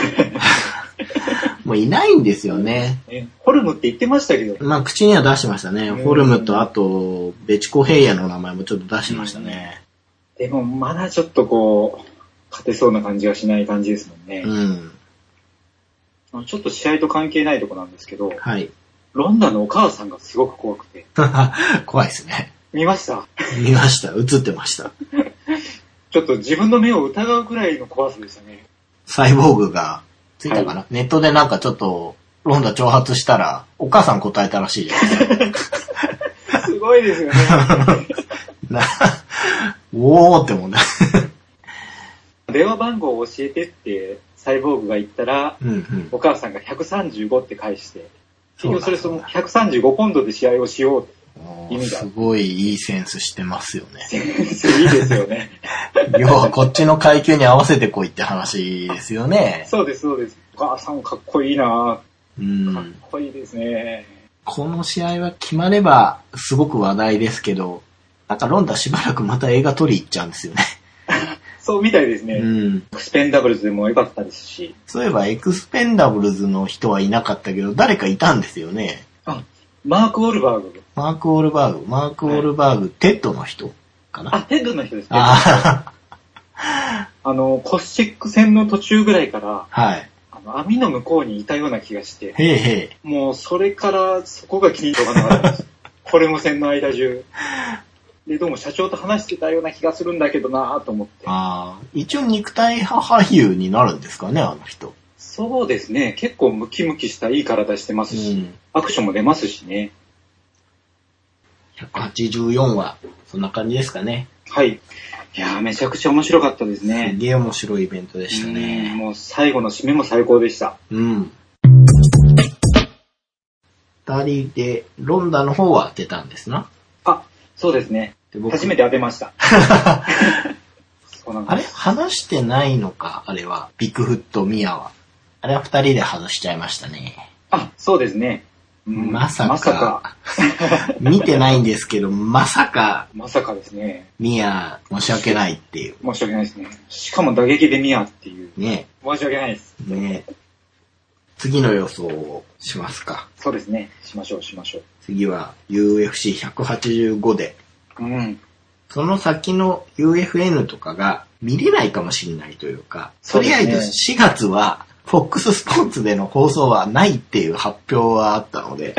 Speaker 1: もういないんですよね。
Speaker 2: ねホルムって言ってましたけど、
Speaker 1: まあ、口には出してましたね。
Speaker 2: うん
Speaker 1: ホルムと、あと、ベチコヘイヤの名前もちょっと出してましたね。
Speaker 2: でもまだちょっとこう、勝てそうな感じがしない感じですもんね
Speaker 1: う。ん。
Speaker 2: あのちょっと試合と関係ないとこなんですけど、
Speaker 1: はい。
Speaker 2: ロンダのお母さんがすごく怖くて、
Speaker 1: 怖いですね。
Speaker 2: 見ました
Speaker 1: 見ました。映ってました。
Speaker 2: ちょっと自分の目を疑うくらいの怖さでしたね。
Speaker 1: サイボーグが、ついたかな、ネットでなんかちょっと、ロンダ挑発したら、お母さん答えたらしいじゃないですか。
Speaker 2: すごいですよね。
Speaker 1: な、おーってもんね。
Speaker 2: 電話番号を教えてってサイボーグが言ったら、
Speaker 1: うんうん。
Speaker 2: お母さんが135って返して、
Speaker 1: そうなん
Speaker 2: 結局
Speaker 1: だ
Speaker 2: それその135ポンドで試合をしようって
Speaker 1: お
Speaker 2: 意
Speaker 1: ー
Speaker 2: 味が
Speaker 1: すごいいいセンスしてますよね。
Speaker 2: いいですよね。
Speaker 1: 要はこっちの階級に合わせてこいって話ですよね。
Speaker 2: そうです、そうです。お母さんかっこいいな
Speaker 1: う
Speaker 2: ぁかっ
Speaker 1: ん。
Speaker 2: こいいですね。
Speaker 1: この試合は決まればすごく話題ですけど、なんかロンダしばらくまた映画撮り行っちゃうんですよね。
Speaker 2: そうみたいですね。
Speaker 1: うん。
Speaker 2: スペンダブルズでも良かったですし、
Speaker 1: そういえばエクスペンダブルズの人はいなかったけど、誰かいたんですよね。
Speaker 2: マーク・ウォルバーグ。
Speaker 1: マーク・ウォールバーグ、マーク・ウォールバーグ、テッドの人かな。
Speaker 2: あ、テッドの人ですね。あ
Speaker 1: あ
Speaker 2: の、コスチェック戦の途中ぐらいから、
Speaker 1: あ、はい。
Speaker 2: あの網の向こうにいたような気がして、
Speaker 1: へいへい。
Speaker 2: もうそれからそこが気に入らなか ったです。これも戦の間中。で、どうも社長と話してたような気がするんだけどなぁと思って。
Speaker 1: ああ、一応肉体派俳優になるんですかね、あの人。
Speaker 2: そうですね。結構ムキムキしたいい体してま
Speaker 1: う
Speaker 2: すし、
Speaker 1: ん。
Speaker 2: アクションも出ますしね。
Speaker 1: 184話、そんな感じですかね。
Speaker 2: はい。いやーめちゃくちゃ面白かったです
Speaker 1: す
Speaker 2: ね。
Speaker 1: げえ面白いイベントでした
Speaker 2: うん
Speaker 1: ね。
Speaker 2: もう最後の締めも最高でした。
Speaker 1: うん。二人で、ロンダの方は出たんですな。
Speaker 2: あ、そうですね。
Speaker 1: で僕
Speaker 2: 初めて当て ました。そうなん
Speaker 1: あ
Speaker 2: で
Speaker 1: れ
Speaker 2: す
Speaker 1: 話してないのか、あれは。ビッグフット、ミアは。あれは二人で外しちゃいましたね。
Speaker 2: あ、そうですね。うん
Speaker 1: まさか。
Speaker 2: まさか。
Speaker 1: 見てないんですけど、まさか、
Speaker 2: まさかですね。
Speaker 1: ミア、申し訳ないっていう。
Speaker 2: 申し訳ないですね。しかも打撃でミアっていう。
Speaker 1: ね
Speaker 2: 申し訳ないです。
Speaker 1: ね次の予想をしますか。
Speaker 2: そうですね。しましょう、しましょ
Speaker 1: 次は UFC185 で、
Speaker 2: う。うん。
Speaker 1: その先の UFN とかが見れないかもしれないというか、
Speaker 2: そう
Speaker 1: とり
Speaker 2: で
Speaker 1: あ
Speaker 2: す
Speaker 1: え
Speaker 2: ね
Speaker 1: ず4月は FOX スポーツでの放送はないっていう発表はあったの で、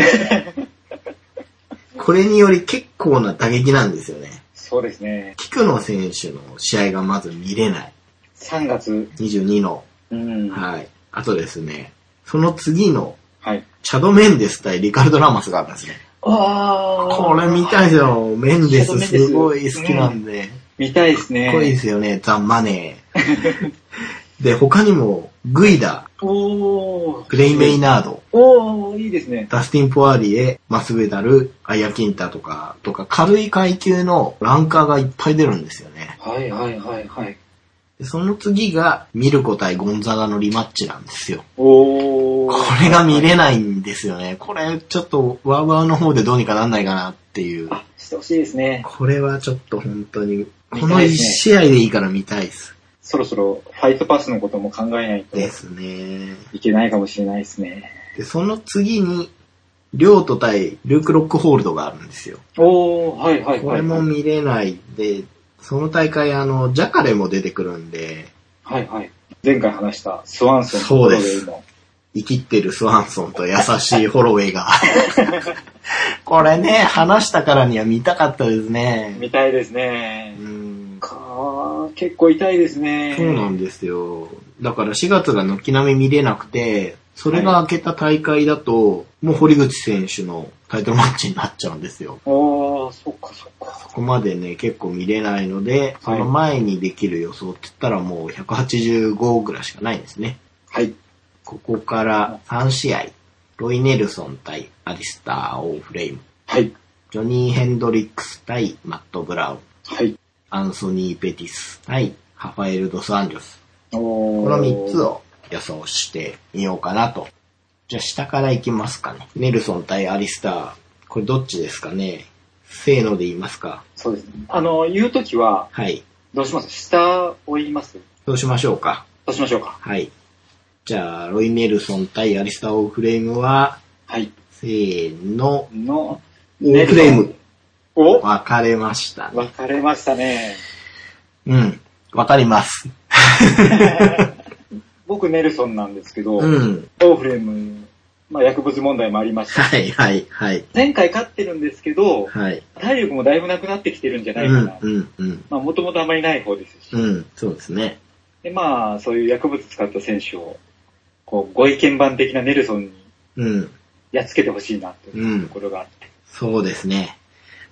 Speaker 1: これにより結構な打撃なんですよね。
Speaker 2: そうですね。
Speaker 1: 菊野選手の試合がまず見れない。
Speaker 2: 3月。
Speaker 1: 22の。
Speaker 2: うん。は
Speaker 1: はい。あとですね、その次の
Speaker 2: い。
Speaker 1: チャド・メンデス対リカルド・ラマスがあるんですね。
Speaker 2: あ
Speaker 1: これ見たいですよ。メンデスすごい好きなんで。
Speaker 2: 見たいですね。
Speaker 1: かっこいいですよね。ザ・マネー。で、他にも、グイダ、
Speaker 2: おー。
Speaker 1: グレイ・メイナード、
Speaker 2: おー、いいですね。
Speaker 1: ダスティン・ポワリエ、マスウェダル、アイア・キンタとか、とか、軽い階級のランカーがいっぱい出るんですよね。
Speaker 2: はいはいはいはい。
Speaker 1: でその次が、ミルコ対ゴンザガのリマッチなんですよ。
Speaker 2: おー。
Speaker 1: これが見れないんですよね。これ、ちょっと、ワーワーの方でどうにかなんないかなっていう。
Speaker 2: あ、してほしいですね。
Speaker 1: これはちょっと本当に、こ
Speaker 2: 見
Speaker 1: の
Speaker 2: たい
Speaker 1: 一
Speaker 2: ですね
Speaker 1: 試合でいいから見たいです。
Speaker 2: そろそろファイトパスのことも考えないと
Speaker 1: ですね。
Speaker 2: いけないかもしれないですね。
Speaker 1: で、その次に、リョート対ルーク・ロックホールドがあるんですよ。
Speaker 2: おー、はいはいはい。
Speaker 1: これも見れないで、その大会、あの、ジャカレも出てくるんで、
Speaker 2: はいはい。前回話したスワンソン
Speaker 1: そうです
Speaker 2: ホロウェイの
Speaker 1: 生きってるスワンソンと優しいホロウェ イが。これね、話したからには見たかったですね。
Speaker 2: 見たいです
Speaker 1: う
Speaker 2: ね。
Speaker 1: ん。
Speaker 2: かー結構痛いですね。
Speaker 1: そうなんですよ。だから4月が軒並み見れなくて、それが明けた大会だと、もう堀口選手のタイトルマッチになっちゃうんですよ。
Speaker 2: おー、そっかそっか。
Speaker 1: ここまでね、結構見れないので、その前にできる予想って言ったらもう185ぐらいしかないんですね。
Speaker 2: はい。
Speaker 1: ここから3試合。ロイ・ネルソン対アリスター・オー・フレイム。
Speaker 2: はい。
Speaker 1: ジョニー・ヘンドリックス対マット・ブラウン。
Speaker 2: はい。
Speaker 1: アンソニー・ペティス対ハファエル・ドス・アンジョス。
Speaker 2: お
Speaker 1: この3つ
Speaker 2: を。
Speaker 1: を予想してみようかなと。じゃあ下からいきますかね。ネルソン対アリスター。これどっちですかねせーので言いますか。
Speaker 2: そうですね。あの、言うときは、
Speaker 1: はい。
Speaker 2: どうします下を言います
Speaker 1: そうしましょうか。
Speaker 2: どうしましょうか。
Speaker 1: はい。じゃあ、ロイ・ネルソン対アリスター・オーフレームは、
Speaker 2: はい。
Speaker 1: せーの、
Speaker 2: の、
Speaker 1: オーフレーム。
Speaker 2: お
Speaker 1: 分かれました。
Speaker 2: 分かれましたね。
Speaker 1: うん。分かります。
Speaker 2: 僕、ネルソンなんですけど、
Speaker 1: うん。
Speaker 2: オーフレーム、まあ、薬物問題もありました。
Speaker 1: はい、はい、はい。
Speaker 2: 前回勝ってるんですけど、
Speaker 1: はい。
Speaker 2: 体力もだいぶなくなってきてるんじゃ
Speaker 1: う
Speaker 2: ないか
Speaker 1: ん
Speaker 2: な、。
Speaker 1: うん、うん。
Speaker 2: まあ、もともとあまりない方ですし、
Speaker 1: うん、そうですね。
Speaker 2: で、まあ、そういう薬物使った選手を、こう、ご意見番的なネルソンに
Speaker 1: うん、
Speaker 2: やっつけてほしいなっていうところがあって。
Speaker 1: そうですね。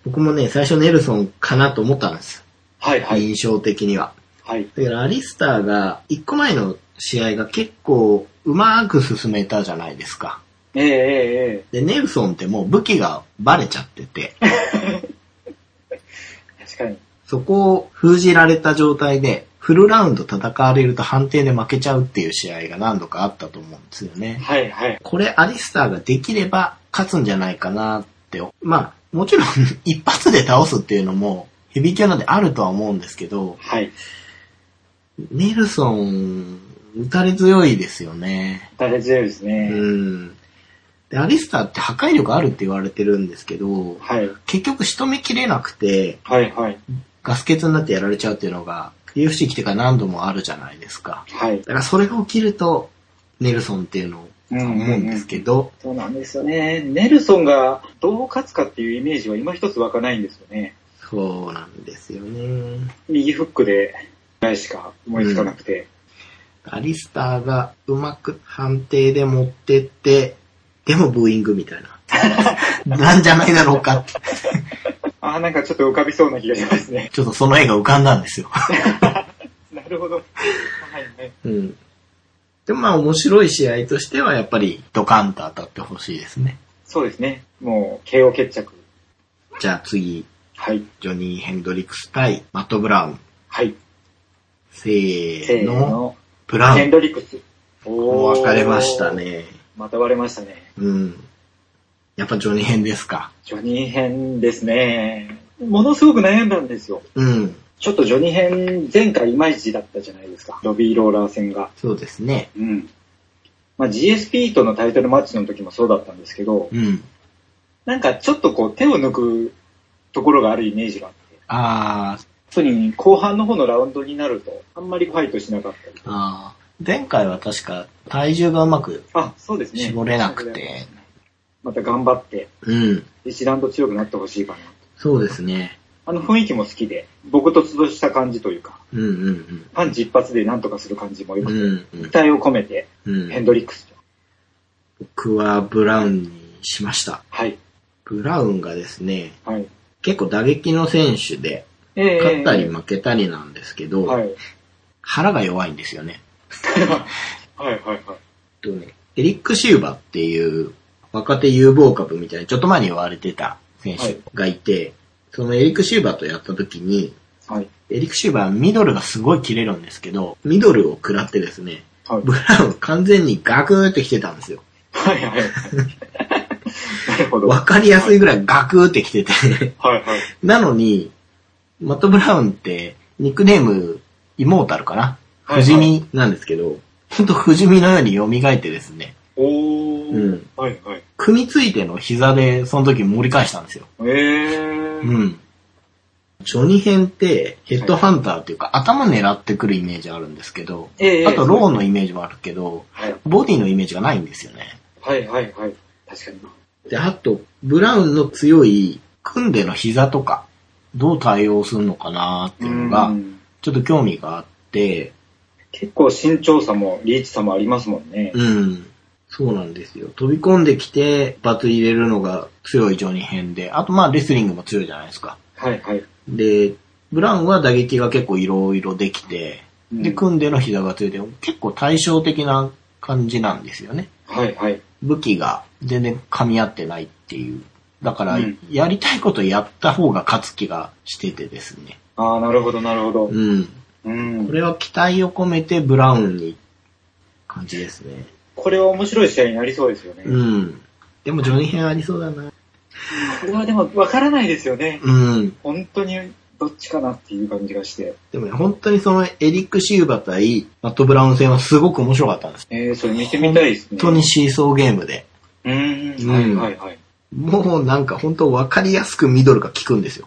Speaker 1: 僕もね、最初ネルソンかなと思ったんです。
Speaker 2: はいはい。
Speaker 1: 印象的には。
Speaker 2: はい。
Speaker 1: だからアリスターが、一個前の試合が結構うまく進めたじゃないですか。
Speaker 2: ええええ
Speaker 1: で、
Speaker 2: え
Speaker 1: ネルソンってもう武器がバレちゃってて、
Speaker 2: え確かに。
Speaker 1: そこを封じられた状態で、フルラウンド戦われると判定で負けちゃうっていう試合が何度かあったと思うんですよね。
Speaker 2: はいはい。
Speaker 1: これアリスターができれば勝つんじゃないかなって。まあ、もちろん 一発で倒すっていうのもヘビー級なんであるとは思うんですけど、
Speaker 2: はい。
Speaker 1: ネルソン、打たれ強いですよね。
Speaker 2: 誰強いですね。
Speaker 1: うん。で、アリスターって破壊力あるって言われてるんですけど、
Speaker 2: はい。
Speaker 1: 結局仕留めきれなくて、
Speaker 2: はいはい。
Speaker 1: ガス欠になってやられちゃうっていうのが、UFC 来てから何度もあるじゃないですか。
Speaker 2: はい。
Speaker 1: だからそれが起きると、ネルソンっていうのを
Speaker 2: うんうん
Speaker 1: 思うんですけど、
Speaker 2: そうなんですよね。ネルソンがどう勝つかっていうイメージは今一つ湧かないんですよね。
Speaker 1: そうなんですよね。
Speaker 2: 右フックで、ぐらいしか思いつかなくて。
Speaker 1: アリスターがうまく判定で持ってって、でもブーイングみたい な。なんじゃないだろうかって。
Speaker 2: ああ、なんかちょっと浮かびそうな気がしますね。
Speaker 1: ちょっとその絵が浮かんだんですよ。
Speaker 2: なるほど。はいはい。
Speaker 1: うん。でもまあ面白い試合としてはやっぱりドカンと当たってほしいですね。
Speaker 2: そうですね。もう、KO 決着。
Speaker 1: じゃあ次、
Speaker 2: はい。
Speaker 1: ジョニー・ヘンドリックス対マット・ブラウン。
Speaker 2: はい。
Speaker 1: せーの、
Speaker 2: せーの。
Speaker 1: ブラウ
Speaker 2: ヘン
Speaker 1: ン。
Speaker 2: ドリックス。
Speaker 1: も
Speaker 2: お
Speaker 1: う
Speaker 2: ー
Speaker 1: 分かれました。ね。
Speaker 2: また割れましたね。
Speaker 1: うん。やっぱジョニー・ヘンですか。
Speaker 2: ジョニー編ですね。ものすごく悩んだんですよ。
Speaker 1: うん。
Speaker 2: ちょっとジョニー編前回いまいちだったじゃないですか。ロビーローラー戦が。
Speaker 1: そうですね。
Speaker 2: うん。まあ、GSP とのタイトルマッチの時もそうだったんですけど、
Speaker 1: うん。
Speaker 2: なんかちょっとこう手を抜くところがあるイメージがあって、
Speaker 1: あー、
Speaker 2: 特に後半の方のラウンドになると、あんまりファイトしなかったり。
Speaker 1: あー前回は確か体重がうまく
Speaker 2: あ、そうですね。
Speaker 1: 絞れなくて。
Speaker 2: また頑張って、
Speaker 1: うん。
Speaker 2: 一段と強くなってほしいかな。
Speaker 1: そうですね。
Speaker 2: あの雰囲気も好きで、僕と都度した感じというか、
Speaker 1: うんうん
Speaker 2: パンチ一発で何とかする感じもよ
Speaker 1: う
Speaker 2: く
Speaker 1: ん。
Speaker 2: て、
Speaker 1: うん
Speaker 2: 期待を込めて、
Speaker 1: うん。う
Speaker 2: ヘン
Speaker 1: ん。
Speaker 2: ドリックスと。
Speaker 1: 僕はブラウンにしました。
Speaker 2: はい。
Speaker 1: ブラウンがですね、
Speaker 2: はい。
Speaker 1: 結構打撃の選手で、
Speaker 2: ええ
Speaker 1: 勝ったり負けたりなんですけど、
Speaker 2: はい。
Speaker 1: 腹が弱いんですよね。
Speaker 2: はいはいは
Speaker 1: とね、エリック・シューバっていう若手有望株みたいな、ちょっと前に言われてた選手がいて、そのエリック・シューバとやった時に、
Speaker 2: い。はい。
Speaker 1: エリック・シューバーはミドルがすごい切れるんですけど、ミドルを食らってですね、
Speaker 2: はい。
Speaker 1: ブラウン完全にガクーって来てたんですよ。
Speaker 2: はい はい。なるほど。は
Speaker 1: わかりやすいぐらいガクーって来て て。
Speaker 2: いはい。
Speaker 1: なのに、マット・ブラウンってニックネーム、イモータルかな
Speaker 2: はいはい
Speaker 1: 不死身なんですけど、ほんと不死身のように蘇ってですね、
Speaker 2: おー。
Speaker 1: うん
Speaker 2: はいはい。
Speaker 1: 組みついての膝でその時盛り返したんですよ。
Speaker 2: えー。
Speaker 1: うん。ジョニ編ってヘッドハンターっていうか頭狙ってくるイメージあるんですけど、
Speaker 2: ええ
Speaker 1: あとロー
Speaker 2: ン。
Speaker 1: ンのイメージもあるけど、
Speaker 2: はい
Speaker 1: ボディのイメージがないんですよね。
Speaker 2: はいはいはい。確かに。
Speaker 1: で、あと、ブラウンの強い、組んでの膝とか、どう対応するのかなっていうの
Speaker 2: う
Speaker 1: が、
Speaker 2: ん
Speaker 1: ちょっと興味があって、
Speaker 2: 結構身長差もリーチ差もありますもんね。
Speaker 1: うん。そうなんですよ。飛び込んできて、バツ入れるのが強いジョニー編で、あとまあレスリングも強いじゃないですか。
Speaker 2: はいはい。
Speaker 1: で、ブラウンは打撃が結構いろいろできて、で、
Speaker 2: うん
Speaker 1: 組んでの膝が強いで、結構対照的な感じなんですよね。
Speaker 2: はいはい。
Speaker 1: 武器が全然噛み合ってないっていう。だから、
Speaker 2: うん
Speaker 1: やりたいことやった方が勝つ気がしててですね。
Speaker 2: ああ、なるほどなるほど。
Speaker 1: うん。
Speaker 2: うん
Speaker 1: こ。れは期待を込めてブラウンに感じですね。
Speaker 2: これは面白い試合になりそうですよね。
Speaker 1: うん。でもジョニー編ありそうだな。
Speaker 2: これはでもわからないですよね。
Speaker 1: うん。
Speaker 2: 本当にどっちかなっていう感じがして。
Speaker 1: でもね、本当にそのエリック・シーバ対マット・ブラウン戦はすごく面白かったんです。
Speaker 2: えー、それ見てみたいですね。
Speaker 1: 本当に。シーソーゲームで。
Speaker 2: うーん。
Speaker 1: う
Speaker 2: は
Speaker 1: ん
Speaker 2: いはいはい。
Speaker 1: もうなんか本当分かりやすくミドルが効くんですよ。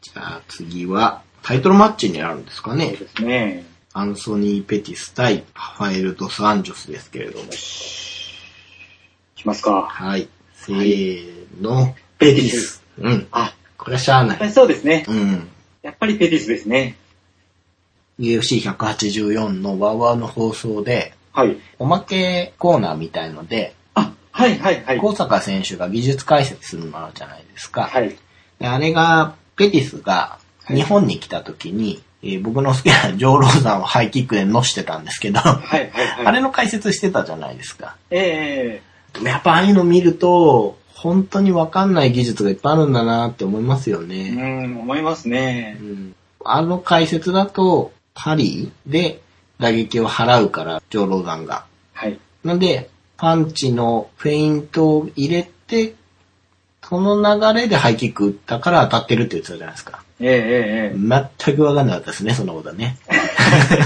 Speaker 1: じゃあ次はタイトルマッチになるんですか
Speaker 2: そう
Speaker 1: ね。
Speaker 2: ですね。
Speaker 1: アンソニー・ペティス対ハファエル・ドス・アンジョスですけれども。
Speaker 2: いきますか。
Speaker 1: はい。せーの。
Speaker 2: ペティス。
Speaker 1: うん。
Speaker 2: あ、
Speaker 1: これはしゃあな
Speaker 2: やっぱ
Speaker 1: い。
Speaker 2: りそうですね。
Speaker 1: うん。
Speaker 2: やっぱりペティスですね。
Speaker 1: UFC184 のワウワウの放送で、
Speaker 2: はい。
Speaker 1: おまけコーナーみたいので、
Speaker 2: あ、はいはいはい。
Speaker 1: 高坂選手が技術解説するのあるじゃないですか。
Speaker 2: はい。
Speaker 1: であれが、ペティスが
Speaker 2: はい
Speaker 1: 日本に来た時に、えー僕の好きな上郎さんをハイキックでのしてたんですけど、
Speaker 2: はいはいはい。
Speaker 1: あれの解説してたじゃないですか。
Speaker 2: え
Speaker 1: でもやっぱああいうの見ると、本当にわかんない技術がいっぱいあるんだなって思いますよ
Speaker 2: え
Speaker 1: ね。
Speaker 2: うん、思いますね
Speaker 1: う。んあの解説だと、パリで打撃を払うから、上郎さんが。
Speaker 2: はい。
Speaker 1: なんで、パンチのフェイントを入れて、その流れでハイキック打ったから当たってるって言ってたじゃないですか。
Speaker 2: えええええ
Speaker 1: 全くわかんなかったですね、そのことはね。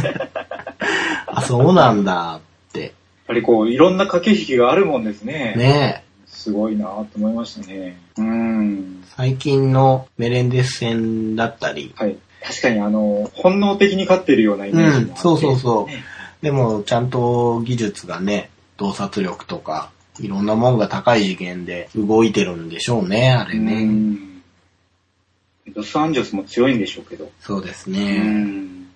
Speaker 1: あ、そうなんだって。
Speaker 2: えやっぱりこう、いろんな駆け引きがあるもんですね。
Speaker 1: ねえ
Speaker 2: すごいなと思いましたね。うん。
Speaker 1: 最近のメレンデス戦だったり、
Speaker 2: はい。確かにあの、本能的に勝ってるようなイ
Speaker 1: う
Speaker 2: メージもあって、
Speaker 1: ん、そうそうそう
Speaker 2: ね。
Speaker 1: でも、ちゃんと技術がね、洞察力とか、いろんなもんが高い次元で動いてるんでしょうね、あれ
Speaker 2: う
Speaker 1: ね。
Speaker 2: ん。ロスアンジョスも強いんでしょうけど。
Speaker 1: そうです
Speaker 2: う
Speaker 1: ね。
Speaker 2: ん。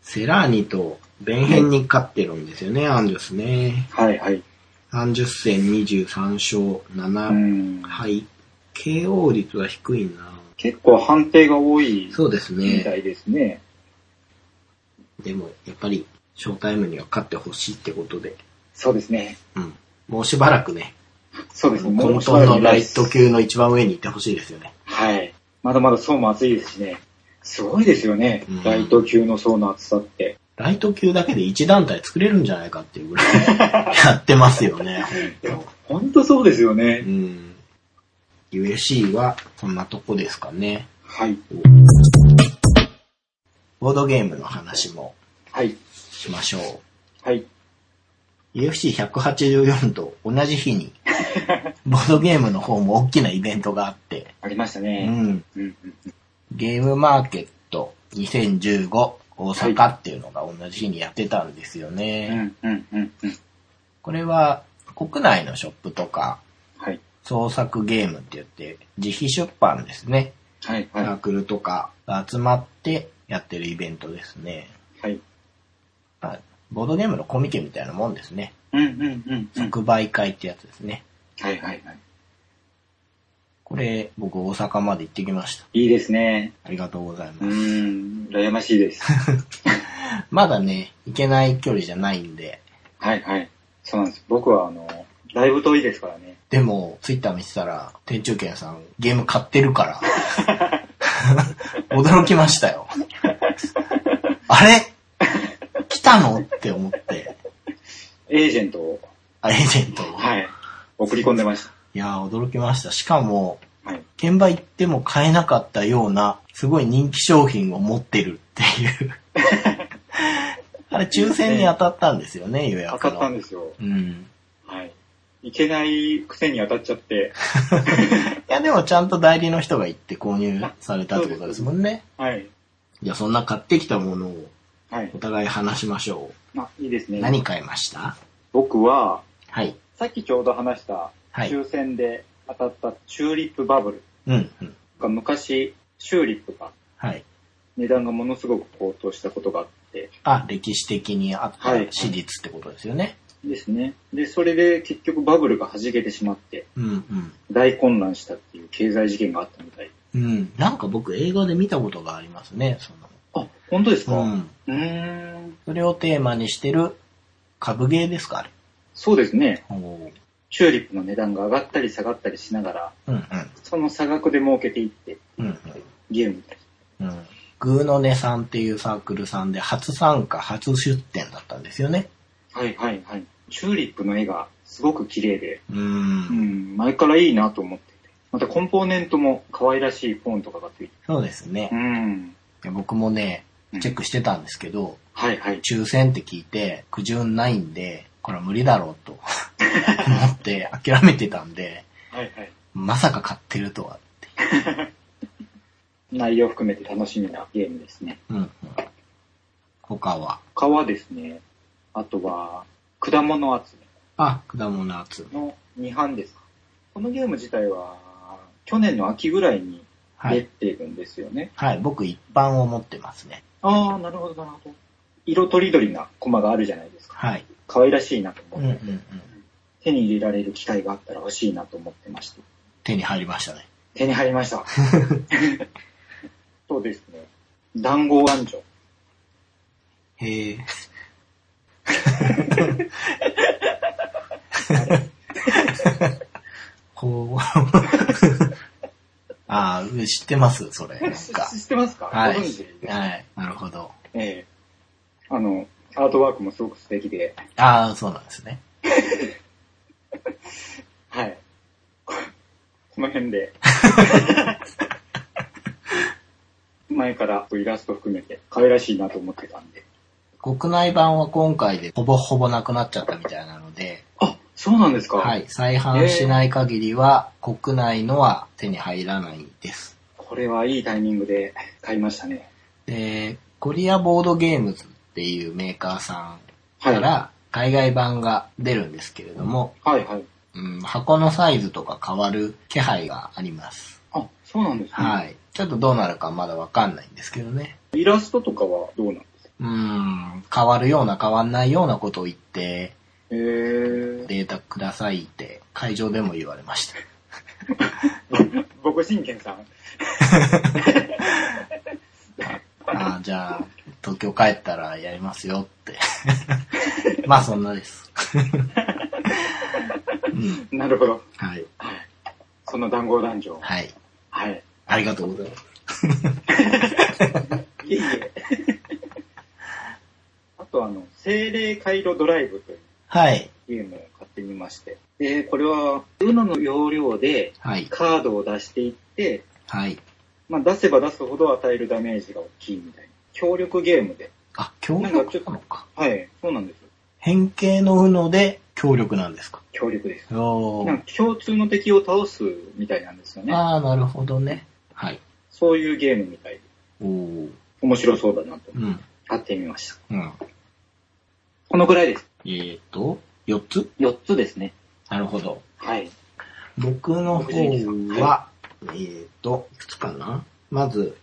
Speaker 1: セラーニとベンヘンに勝ってるんですよね、アンジョスね。
Speaker 2: はいはい。
Speaker 1: 30戦23勝
Speaker 2: う
Speaker 1: 7
Speaker 2: ん。
Speaker 1: 敗。KO 率は低いな。
Speaker 2: 結構判定が多い
Speaker 1: そうです
Speaker 2: みた
Speaker 1: ね。
Speaker 2: いですね。
Speaker 1: でも、やっぱり、ショータイムには勝ってほしいってことで。
Speaker 2: そうですね。
Speaker 1: うん。もうしばらくね、
Speaker 2: そうですね。
Speaker 1: 混
Speaker 2: しば
Speaker 1: 沌
Speaker 2: らく
Speaker 1: の
Speaker 2: 見た
Speaker 1: ラ
Speaker 2: い
Speaker 1: イ
Speaker 2: です
Speaker 1: ト級の一番上に行ってほしいですよね。
Speaker 2: はい。まだまだ層も厚いですしね。すごいですよね
Speaker 1: うん。
Speaker 2: ライト級の層の厚さって。
Speaker 1: ライト級だけで1団体作れるんじゃないかっていう ぐらいやってますよね。
Speaker 2: いや、ほんとそうですよ
Speaker 1: う
Speaker 2: ね。
Speaker 1: ん。UFC はそんなとこですかね。
Speaker 2: はい。
Speaker 1: ボードゲームの話も
Speaker 2: はい。
Speaker 1: しましょ
Speaker 2: はい。
Speaker 1: う。UFC184 と同じ日 に、ボードゲームの方も大きなイベントがあって、
Speaker 2: ありました
Speaker 1: う
Speaker 2: ね。
Speaker 1: ん、
Speaker 2: うんうん
Speaker 1: ゲームマーケット2015大阪っていうのが同じ日にやってたんですよ
Speaker 2: う
Speaker 1: ね。
Speaker 2: んうんうんうん。
Speaker 1: これは国内のショップとか
Speaker 2: はい。
Speaker 1: 創作ゲームって言って自費出版ですね。
Speaker 2: はい
Speaker 1: サー
Speaker 2: は
Speaker 1: クルとかが集まってやってるイベントですね。
Speaker 2: い。はい。
Speaker 1: まあボードゲームのコミケみたいなもんですね。
Speaker 2: うんうんうんうん。
Speaker 1: 即売会ってやつですね。
Speaker 2: はいはいはい。
Speaker 1: これ、僕大阪まで行ってきました。
Speaker 2: いいですね。
Speaker 1: ありがとうございうま
Speaker 2: ー
Speaker 1: す。
Speaker 2: ん。羨まし いです。
Speaker 1: まだね、行けない距離じゃないんで、
Speaker 2: はいはい。そうなんです。僕はあの、だいぶ遠いですからね。
Speaker 1: でも、ツイッター見てたら、天中堅さんゲーム買ってるから、 驚きましたよ。あれ来たのって思って、
Speaker 2: エージェントを、
Speaker 1: あエージェントを。
Speaker 2: はい。送り込んでまし
Speaker 1: いやー、驚きました。しかも、
Speaker 2: た。はい。
Speaker 1: 現場行っても買えなかったような、すごい人気商品を持ってるっていう。あれ、抽選に当たったんですよね、予
Speaker 2: 当
Speaker 1: 約
Speaker 2: た
Speaker 1: の。
Speaker 2: ったんですよ。
Speaker 1: うん。
Speaker 2: はい。いけないくせに当たっちゃって、
Speaker 1: いや、でもちゃんと代理の人が行って購入されたってことですもんね。
Speaker 2: はい。
Speaker 1: じゃあ、そんな買ってきたものを
Speaker 2: はい
Speaker 1: お。互い話しましょ
Speaker 2: あ、いいです
Speaker 1: う。
Speaker 2: ね。
Speaker 1: 何買いました
Speaker 2: 僕は、
Speaker 1: はい。
Speaker 2: さっきちょうど話した、
Speaker 1: はい。
Speaker 2: 抽選で当たったチューリップバブル
Speaker 1: うん、うん。
Speaker 2: が昔、チューリップが
Speaker 1: はい。
Speaker 2: 値段がものすごく高騰したことがあって、
Speaker 1: あ、歴史的にあっ
Speaker 2: は
Speaker 1: た
Speaker 2: い
Speaker 1: 史実ってことですよね。
Speaker 2: ですね。で、それで結局バブルが弾けてしまって、
Speaker 1: うん、
Speaker 2: 大混乱したっていう経済事件があったみたい。
Speaker 1: うん。うん。なんか僕映画で見たことがありますね、そ
Speaker 2: あ、本当ですか
Speaker 1: の。
Speaker 2: う
Speaker 1: うん。
Speaker 2: ーん。
Speaker 1: それをテーマにしてる株芸ですかあれ。
Speaker 2: そうですね。
Speaker 1: おー
Speaker 2: チューリップの値段が上がったり下がったりしながら、
Speaker 1: うん、
Speaker 2: その差額で儲けていって、
Speaker 1: うん。うん、
Speaker 2: ゲームで
Speaker 1: うん。うん。グーの音さんっていうサークルさんで初参加、初出展だったんですよね。
Speaker 2: はいはいはい。チューリップの絵がすごく綺麗で、
Speaker 1: う。
Speaker 2: うんん、前からいいなと思ってて。またコンポーネントも可愛らしいポンとかがついて。
Speaker 1: そうですね
Speaker 2: う。ん。
Speaker 1: いや僕もね
Speaker 2: う、ん
Speaker 1: チェックしてたんですけど、
Speaker 2: はいはい。
Speaker 1: 抽選って聞いて、苦順ないんで、これは無理だろうと 思って諦めてたんで、
Speaker 2: はいはい。
Speaker 1: まさか買ってるとは。
Speaker 2: 内容含めて楽しみなゲームですね。
Speaker 1: うん、うん。他は。
Speaker 2: 他はですね、あとは、果物集
Speaker 1: あ、果物の集め。
Speaker 2: めの2版ですか。このゲーム自体は、去年の秋ぐらいに
Speaker 1: は
Speaker 2: 出
Speaker 1: い。
Speaker 2: てるんですよね。
Speaker 1: はい、僕一般を持ってますね。
Speaker 2: ああ、なるほどなるほど。色とりどりなコマがあるじゃないですか。
Speaker 1: はい。
Speaker 2: 可愛らしいなと
Speaker 1: う
Speaker 2: 思
Speaker 1: ん
Speaker 2: っ
Speaker 1: うんう
Speaker 2: て、
Speaker 1: ん。
Speaker 2: 手に入れられる機会があったら欲しいなと思ってまして。
Speaker 1: 手に入りましたね。
Speaker 2: 手に入りま した。そうですね。団子安城。
Speaker 1: へえ。 こう。 ああ、知ってますそれ。なん か。
Speaker 2: 知ってますか、
Speaker 1: はい
Speaker 2: ご存知で
Speaker 1: はい。なるほど。
Speaker 2: ええあの、アートワークもすごく素敵で、
Speaker 1: ああ、そうなんですね。
Speaker 2: はい。ここの辺 で。前からイラスト含めて可愛らしいなと思ってたんで。
Speaker 1: 国内版は今回でほぼほぼなくなっちゃったみたいなので、
Speaker 2: あ、そうなんですか
Speaker 1: はい。再販しない限りは、国内のは手に入らないです。
Speaker 2: これはいいタイミングで買いましたね。
Speaker 1: で、コリアボードゲームズっていうメーカーさん
Speaker 2: は
Speaker 1: か
Speaker 2: い。はい
Speaker 1: ら海外版が出るんですけれども、
Speaker 2: はい。
Speaker 1: うん、箱のサイズとか変わる気配があります。
Speaker 2: あ、そうなんですね。
Speaker 1: はい。ちょっとどうなるかまだわかんないんですけどね。
Speaker 2: イラストとかはどうなんですか
Speaker 1: うん、変わるような変わんないようなことを言って、
Speaker 2: へえ。
Speaker 1: データくださいって会場でも言われました。
Speaker 2: 僕神剣さん。
Speaker 1: ああ、じゃあ、東京帰ったらやりますよって。 まあそんなです。うん、
Speaker 2: なるほど。
Speaker 1: はい。
Speaker 2: その談合男女。
Speaker 1: はい。
Speaker 2: はい。
Speaker 1: ありがとうございます。
Speaker 2: いえいえ。あとあの、精霊回路ドライブという
Speaker 1: はい。
Speaker 2: ゲームを買ってみまして。で、これは、UNO の要領で
Speaker 1: はい。
Speaker 2: カードを出していって、
Speaker 1: はい。
Speaker 2: まあ出せば出すほど与えるダメージが大きいみたいな。協力ゲームで。
Speaker 1: あ、協
Speaker 2: なんかちょ
Speaker 1: 力な
Speaker 2: っと
Speaker 1: のか。
Speaker 2: はい、そうなんです。
Speaker 1: 変形のうので協力なんですか。
Speaker 2: 協力です。
Speaker 1: お
Speaker 2: なん
Speaker 1: ー。
Speaker 2: か共通の敵を倒すみたいなんですよね。
Speaker 1: ああ、なるほどね。はい。
Speaker 2: そういうゲームみたいで。
Speaker 1: おー。
Speaker 2: 面白そうだなと
Speaker 1: う。ん。
Speaker 2: 買ってみました。
Speaker 1: うん。
Speaker 2: このくらいです。
Speaker 1: えーと、4つ
Speaker 2: 4つですね。
Speaker 1: なるほど。
Speaker 2: はい。
Speaker 1: 僕の方は、えーと、いくつかなまず、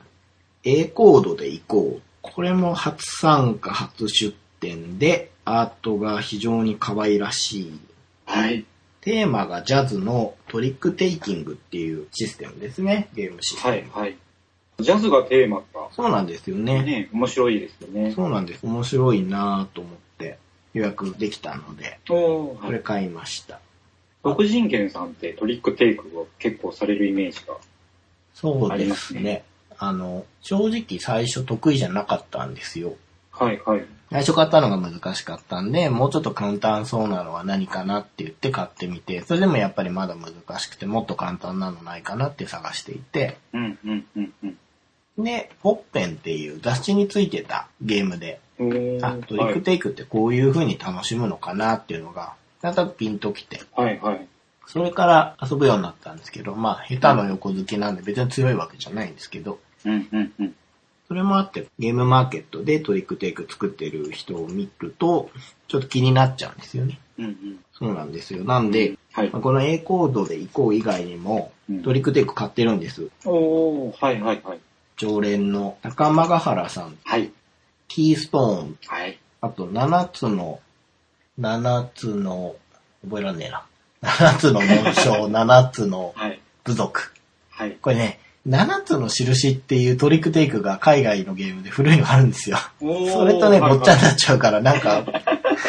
Speaker 1: A コードで行こう。これも初参加、初出展で、アートが非常に可愛らしい。
Speaker 2: はい。
Speaker 1: テーマがジャズのトリックテイキングっていうシステムですね。ゲームシステム。
Speaker 2: はい、はい。ジャズがテーマか。
Speaker 1: そうなんですよ
Speaker 2: ね、面白いですよね。
Speaker 1: そうなんです。面白いなぁと思って予約できたので、
Speaker 2: お
Speaker 1: これ買いました。
Speaker 2: 黒人権さんってトリックテイクを結構されるイメージが。
Speaker 1: そう
Speaker 2: う
Speaker 1: で
Speaker 2: ですす
Speaker 1: ね
Speaker 2: ね。
Speaker 1: あの、正直最初得意じゃなかったんですよ。
Speaker 2: はいはい。
Speaker 1: 最初買ったのが難しかったんで、もうちょっと簡単そうなのは何かなって言って買ってみて、それでもやっぱりまだ難しくて、もっと簡単なのないかなって探していて、
Speaker 2: うんうんうんうん。
Speaker 1: で、ポッペンっていう雑誌についてたゲームで、
Speaker 2: おー
Speaker 1: あ、トリックテイクってこういう風に楽しむのかなっていうのが、なんとなくピンときて、
Speaker 2: はいはい。
Speaker 1: それから遊ぶようになったんですけど、まあ、下手の横好きなんで別に強いわけじゃないんですけど、
Speaker 2: うんうんうん。
Speaker 1: それもあって、ゲームマーケットでトリックテイク作ってる人を見ると、ちょっと気になっちゃうんですよね。
Speaker 2: うんうん。
Speaker 1: そうなんですよ。なんで、
Speaker 2: はい
Speaker 1: まあ。この A コードで行こう以外にも
Speaker 2: うん、
Speaker 1: トリックテイク買ってるんです。
Speaker 2: おー、はいはいはい。
Speaker 1: 常連の高間ヶ原さん、
Speaker 2: はい。
Speaker 1: キーストーン、
Speaker 2: はい。
Speaker 1: あと7つの、7つの、覚えらんねえな。7つの紋 章、7つの
Speaker 2: はい。
Speaker 1: 部族。
Speaker 2: はい。
Speaker 1: これね、7つの印っていうトリックテイクが海外のゲームで古いのあるんですよ。
Speaker 2: お
Speaker 1: それとね、
Speaker 2: はい
Speaker 1: ごっちゃになっちゃうから、なんか、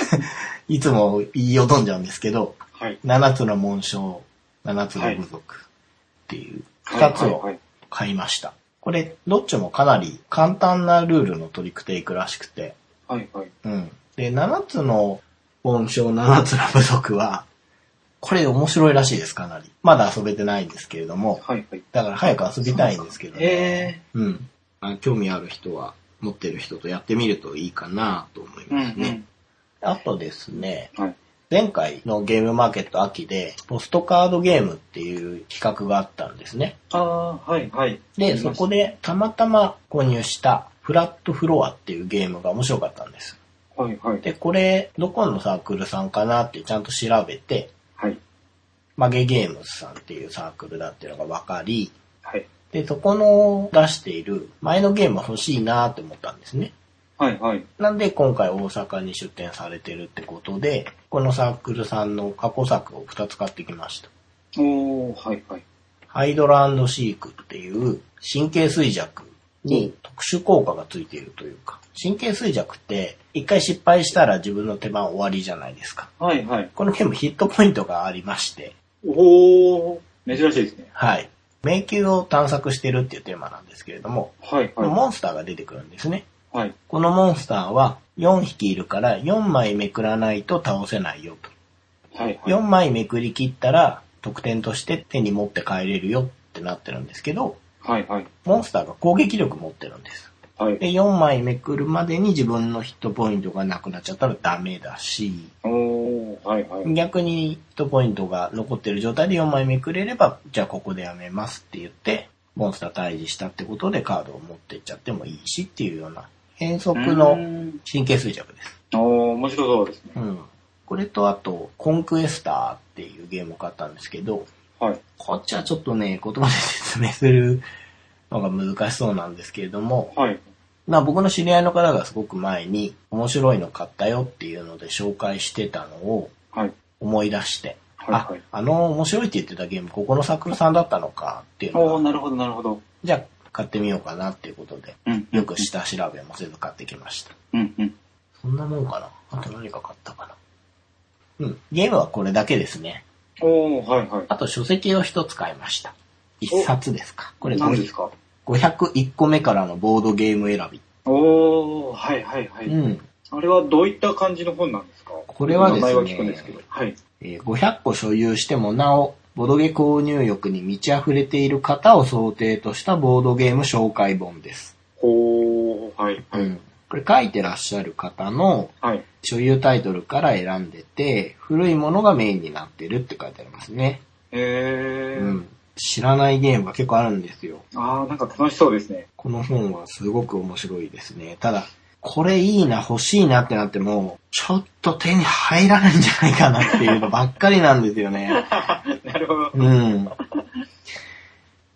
Speaker 1: いつも言いよどんじゃうんですけど、
Speaker 2: はい。
Speaker 1: 7つの紋章、7つの部族っていう
Speaker 2: は
Speaker 1: 2
Speaker 2: い
Speaker 1: つを
Speaker 2: はい
Speaker 1: 買いました。これ、どっちもかなり簡単なルールのトリックテイクらしくて、
Speaker 2: はいはい。
Speaker 1: うん。で、7つの紋章、7つの部族は、これ面白いらしいです、かなり。まだ遊べてないんですけれども。
Speaker 2: はいはい。
Speaker 1: だから早く遊びたいんですけどね。
Speaker 2: え
Speaker 1: うん。あ興味ある人は、持ってる人とやってみるといいかなと思い
Speaker 2: えー。うん
Speaker 1: ますね。あとですね、
Speaker 2: うん。はい。
Speaker 1: 前回のゲームマーケット秋で、ポストカードゲームっていう企画があったんですね。
Speaker 2: ああ、はいはい。
Speaker 1: で、そこでたまたま購入したフラットフロアっていうゲームが面白かったんです。
Speaker 2: はいはい。
Speaker 1: で、これ、どこのサークルさんかなってちゃんと調べて、
Speaker 2: はい。
Speaker 1: マゲゲームズさんっていうサークルだっていうのが分かり、
Speaker 2: はい。
Speaker 1: で、そこの出している前のゲーム欲しいなって思ったんですね。
Speaker 2: はいはい。
Speaker 1: なんで今回大阪に出展されてるってことで、このサークルさんの過去作を2つ買ってきました。
Speaker 2: おー、はいはい。
Speaker 1: ハイドラシークっていう神経衰弱に特殊効果がついているというか、神経衰弱って一回失敗したら自分の手番終わりじゃないですか。
Speaker 2: はいはい。
Speaker 1: このゲームヒットポイントがありまして、
Speaker 2: おー、珍しいですね。
Speaker 1: はい。迷宮を探索してるっていうテーマなんですけれども、
Speaker 2: はいは
Speaker 1: モンスターが出てくるんですね。
Speaker 2: い。はい。
Speaker 1: このモンスターは4匹いるから4枚めくらないと倒せないよと。
Speaker 2: はいはい。
Speaker 1: 4枚めくり切ったら得点として手に持って帰れるよってなってるんですけど、
Speaker 2: はいはい。
Speaker 1: モンスターが攻撃力持ってるんです。
Speaker 2: はい。
Speaker 1: で、4枚めくるまでに自分のヒットポイントがなくなっちゃったらダメだし、
Speaker 2: おー、はいはい。
Speaker 1: 逆にヒットポイントが残ってる状態で4枚めくれれば、じゃあここでやめますって言って、モンスター退治したってことでカードを持ってっちゃってもいいしっていうような変則
Speaker 2: う
Speaker 1: の
Speaker 2: ん
Speaker 1: 神経衰弱です。
Speaker 2: おー、面白そうですね
Speaker 1: う。ん。これとあと、コンクエスターっていうゲームを買ったんですけど、
Speaker 2: はい。
Speaker 1: こっちはちょっとね、言葉で説明するのが難しそうなんですけれども、
Speaker 2: はい。
Speaker 1: まあ僕の知り合いの方がすごく前に面白いの買ったよっていうので紹介してたのを
Speaker 2: はい。
Speaker 1: 思い出して、
Speaker 2: はいはい
Speaker 1: あ、あの面白いって言ってたゲーム、ここのサークルさんだったのかっていう
Speaker 2: お
Speaker 1: のが、
Speaker 2: ー、なるほどなるほど。
Speaker 1: じゃあ買ってみようかなっていうことで、
Speaker 2: うん。
Speaker 1: よく下調べもせず買ってきました。
Speaker 2: うんうん。
Speaker 1: そんなもんかなあと何か買ったかなうん、ゲームはこれだけですね。
Speaker 2: おー、はいはい。
Speaker 1: あと書籍を一つ買いました。一冊ですか。これ
Speaker 2: 何ですか
Speaker 1: 501個目からのボードゲーム選び。
Speaker 2: おー、はいはいは
Speaker 1: う
Speaker 2: い。
Speaker 1: ん。
Speaker 2: あれはどういった感じの本なんですか
Speaker 1: これはですね
Speaker 2: 名前は聞くんですけど。はい。
Speaker 1: えー500個所有してもなお、ボドゲ購入欲に満ち溢れている方を想定としたボードゲーム紹介本です。
Speaker 2: おー、はいは
Speaker 1: う
Speaker 2: い。
Speaker 1: ん。これ書いてらっしゃる方の
Speaker 2: はい。
Speaker 1: 所有タイトルから選んでて、古いものがメインになってるって書いてありますね。
Speaker 2: え
Speaker 1: う
Speaker 2: ー。
Speaker 1: ん。知らないゲームが結構あるんですよ。
Speaker 2: あー、なんか楽しそうですね。
Speaker 1: この本はすごく面白いですね。ただ、これいいな、欲しいなってなっても、ちょっと手に入らないんじゃないかなっていうのばっかりなんですよね。
Speaker 2: なるほど。
Speaker 1: うん。